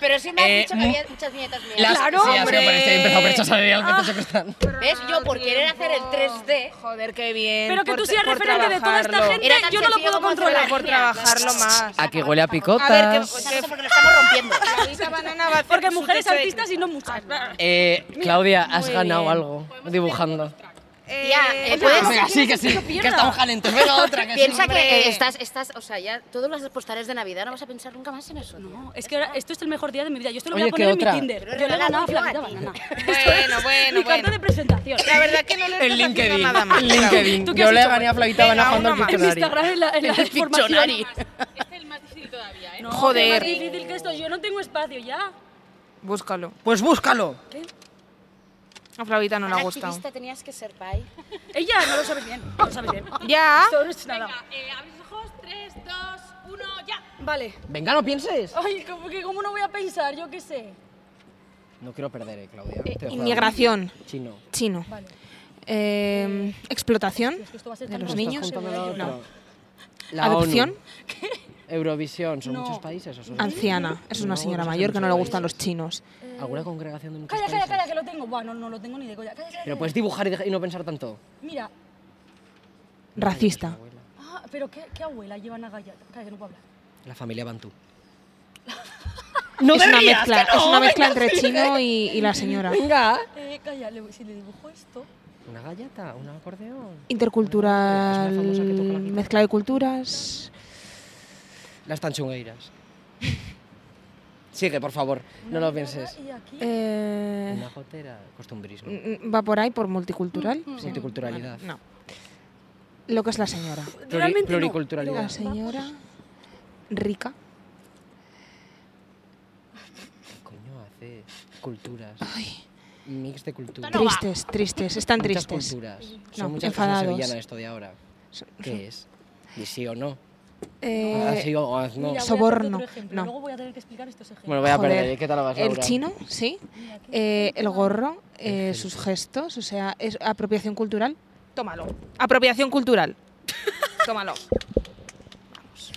Pero sí me has Eh, dicho que mm. había muchas nietas mías. Las- ¡Claro, sí, ya sé, hombre! Ah. pero es que este, he empezado brecha salarial, que techo de cristal. ¿Ves? Yo por querer hacer el 3D. Joder, qué bien. Pero que por tú tra- seas por referente de toda esta trabajarlo. gente, Era tan yo no lo sencillo puedo como controlar. hacer Por trabajarlo más. Aquí huele a picotas. A ver, Pues que- no sé que porque lo estamos rompiendo. Flavita Banana va a hacer Porque su mujeres techo de artistas y no muchas. Eh, Claudia, has Muy ganado bien. algo dibujando. Eh, Tía, eh, no, puedes- Venga, sí, que sí, pierda. que estamos calentos. Venga, otra, que sí. Piensa que hombre. eh, estás, estás, o sea, ya todos los postales de Navidad no vas a pensar nunca más en eso. No, es que ahora- esto es el mejor día de mi vida. Yo esto lo Oye, voy a poner ¿qué en mi otra? Tinder. Pero Yo le he ganado a regálalo Flavita a ti. Banana. Bueno, bueno, Mi carta bueno. de presentación. La verdad que no le estás En haciendo LinkedIn. nada mal. En LinkedIn. ¿Tú qué Yo has le hecho, gané a Flavita Venga, Van jugando al uno más. En mi Pictionary. Instagram en la, en la El formación. Pictionary. No, Joder. qué más difícil que esto. Yo no tengo espacio ya. Búscalo. Pues búscalo. A Flavita no le ha Tan gustado. activista tenías que ser, Pai. Ella no lo sabes bien. No lo sabes bien. Ya. Esto no es nada. eh, Vale. Venga, no pienses. Oh. Ay, como que cómo no voy a pensar, yo qué sé. No quiero perder, eh, Claudia. Te juego. Inmigración, Chino. chino. Eh, explotación de los niños. No. La Adopción. ONU. Eurovisión. Son muchos países. o son- Anciana. Es una No, señora son mayor que no le muchos gustan los chinos. países. ¿Alguna congregación de muchos Calla, calla, países? calla, que lo tengo. Buah, no, no lo tengo ni de coña. Calla, calla, Pero calla. puedes dibujar y, deja- y no pensar tanto. Mira, Racista. ah, pero ¿qué, qué abuela lleva una galleta? Calla, que no puedo hablar. La familia Bantú. es, una mezcla, es una mezcla entre chino y, y la señora. Eh, calla, le- si le dibujo esto... Una galleta, un acordeón. Intercultural. Es una famosa que toca la guitarra. Mezcla de culturas. Las tanchungueiras. Sigue, por favor. No lo pienses. Y aquí... Eh, Una gotera. Costumbrismo. Mm, Va por ahí por Mm, multicultural. Multiculturalidad. No. Lo que es la señora. Pluri- pluriculturalidad. La señora rica. Coño, hace culturas. Mix de culturas. Tristes, tristes, están Muchas tristes. culturas. No, Son muchas cosas enfadados. sevillanas esto de ahora. ¿Qué es? ¿Y sí o no? Eh, Ah, sí o o haz no. Mira, voy a hacerte soborno. otro ejemplo, No. Luego voy a tener que explicar estos ejemplos. Bueno, voy a Joder. perder. ¿eh? ¿Qué tal vas, el Laura? chino, sí. Eh, el gorro, eh, El sus gesto. gestos, o sea, es apropiación cultural. Tómalo. Apropiación cultural. Tómalo. Vamos.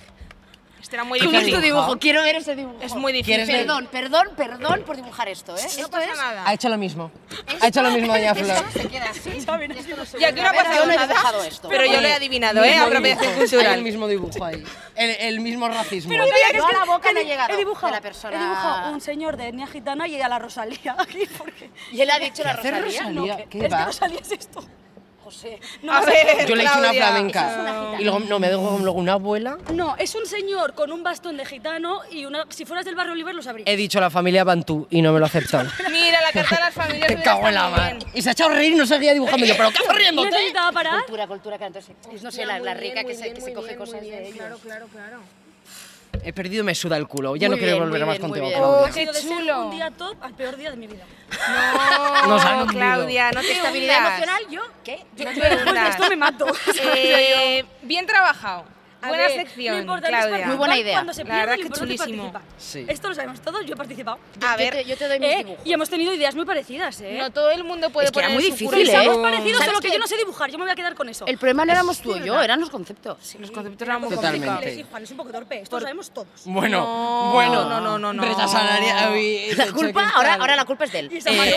Este era muy ¿Cómo es tu difícil. dibujo? Quiero ver ese dibujo. Es muy difícil. Perdón, perdón, perdón por dibujar esto, ¿eh? No Esto pasa es... nada. Ha hecho lo mismo. Ha hecho lo mismo Doña Flor. Y aquí no ha Yo no he pasado dibujado nada, esto. pero yo lo he adivinado, ¿eh? Apropiación el cultural. mismo dibujo ahí. El, el mismo racismo. Yo a la boca no he di- llegado He dibujado, de la persona. he dibujado un señor de etnia gitana y a la Rosalía aquí, porque... Y él ha dicho la hace Rosalía. Rosalía? No, que- ¿Qué es que va? Rosalía es esto. José. A ver, Yo le hice una Claudia. flamenca. Y luego, no, me dejo luego una abuela. No, es un señor con un bastón de gitano y una... Si fueras del barrio Oliver lo sabrías. He dicho la familia Bantú y no me lo aceptan. Mira, la carta de las familias. Te hubiera cago en la estado muy mar. bien. Y se ha echado a reír y no seguía dibujando. Y Yo, ¿pero qué haces riendo? Necesitaba parar. Cultura, cultura, que entonces... pues No sé, la, la rica que, se, que se coge cosas de ellos. He perdido, me suda el culo. Ya Muy no quiero bien, volver muy más bien, contigo. muy bien. Claudia. Oh, qué He ido de ser chulo. Un día top al peor día de mi vida. No, Nos han hundido. Claudia, no te Estabilidad hundas. emocional, ¿yo? ¿Qué? No te hundas. Esto me mato. Eh, bien trabajado. A Buena ver, lo sección, importante es Claudia. Muy buena participar idea. Cuando se La pierde, verdad lo que importante es chulísimo. participar. Sí. Esto lo sabemos todos, yo he participado. A Yo ver, te, yo te doy mis Eh, dibujos. y hemos tenido ideas muy parecidas, ¿eh? no todo el mundo puede Es que era poner muy su difícil, currículum. ¿eh? Somos parecidos, ¿Sabes solo que qué? yo no sé dibujar, yo me voy a quedar con eso. El problema no éramos tú y yo, eran los conceptos. Los conceptos eran muy Totalmente. complicados. Les Juan, es un poco torpe, esto lo sabemos todos. Bueno, No, bueno. no, no, no, no. Brecha salarial. uy, La cheque culpa, tal. ahora, ahora la culpa es de él. Y esa mano,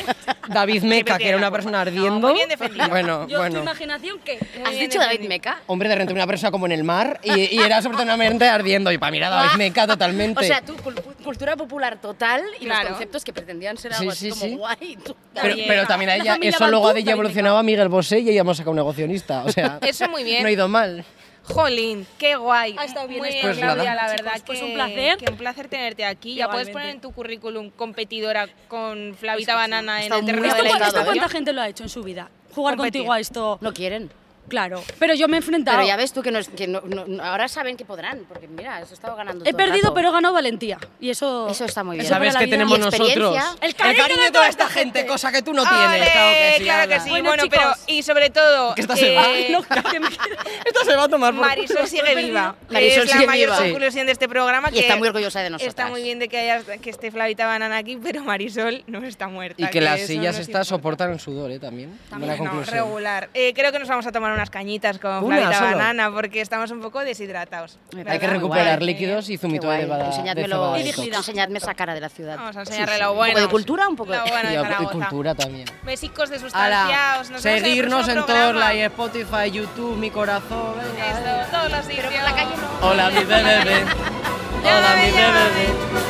David Meca, Sí, que era una la culpa. persona No, muy ardiendo. bien defendido. Bueno, yo, tu bueno. imaginación, ¿qué? Muy ¿Has bien dicho David entendido. Meca? Hombre, de repente una persona como en el mar y, y era absolutamente ardiendo. Y para mirar a David Meca totalmente. Ah. O sea, tú, cul- cultura popular total y Claro. los conceptos que pretendían ser algo Sí, así sí, como sí. guay. tú- Pero, Oye, pero también a la ella, familia eso luego Bantú, de ella David evolucionaba a Miguel Bosé y ella hemos sacado un negocionista. O sea, Eso muy bien. No ha ido mal. Jolín, qué guay. Ha estado bien, Muy ha bien, estado bien. Claudia, Pues la nada. verdad Chicos, pues que, un placer. que un placer tenerte aquí. Ya puedes Igualmente. poner en tu currículum competidora con Flavita Banana en estado el terreno muy de la ¿Esto, cua- delicado, esto ¿eh? cuánta gente lo ha hecho en su vida? Jugar Competir. contigo a esto. No quieren. Claro, pero yo me he enfrentado. Pero ya ves tú que, no es- que no- no- no- ahora saben que podrán, porque mira, has estado ganando todo he el perdido, rato. pero he ganado valentía. Y eso. Eso está muy bien. eso para ¿Sabes la qué vida. tenemos Y experiencia. nosotros? El cariño de de toda toda esta esta gente, gente. cosa que tú no ¡Ole! tienes. Claro que sí. Claro que ala. sí. Bueno, Bueno, pero chicos. y sobre todo Que esta se va. Ay, no, que me quiero- Esto se va a tomar por Marisol sigue viva. que Marisol es la sigue mayor viva. conclusión de este programa. Y que está muy orgullosa de nosotras. Está muy bien de que, haya- que esté Flavita Banana aquí, pero Marisol no está muerta. Y que las eso nos sillas estas importa. soportan el sudor, ¿eh? También. Buena Bueno, conclusión. regular. Eh, creo que nos vamos a tomar unas cañitas con Una, Flavita solo. Banana porque estamos un poco deshidratados. Me ¿verdad? Hay que Muy recuperar guay. líquidos y zumito Qué guay. de bada. Enseñádmelo. Y dignidad. Enseñadme esa cara de la ciudad. Vamos a enseñarle lo Un bueno. poco de cultura, un poco de... Lo bueno de y, Zaragoza. cultura también. Besicos de Ala, sustanciados. Nos vemos en el seguirnos próximo en todos programa. lados, Spotify, YouTube, mi corazón. venga. Esto, todos los sitios. la calle no. Hola mi bebé, hola mi bebé.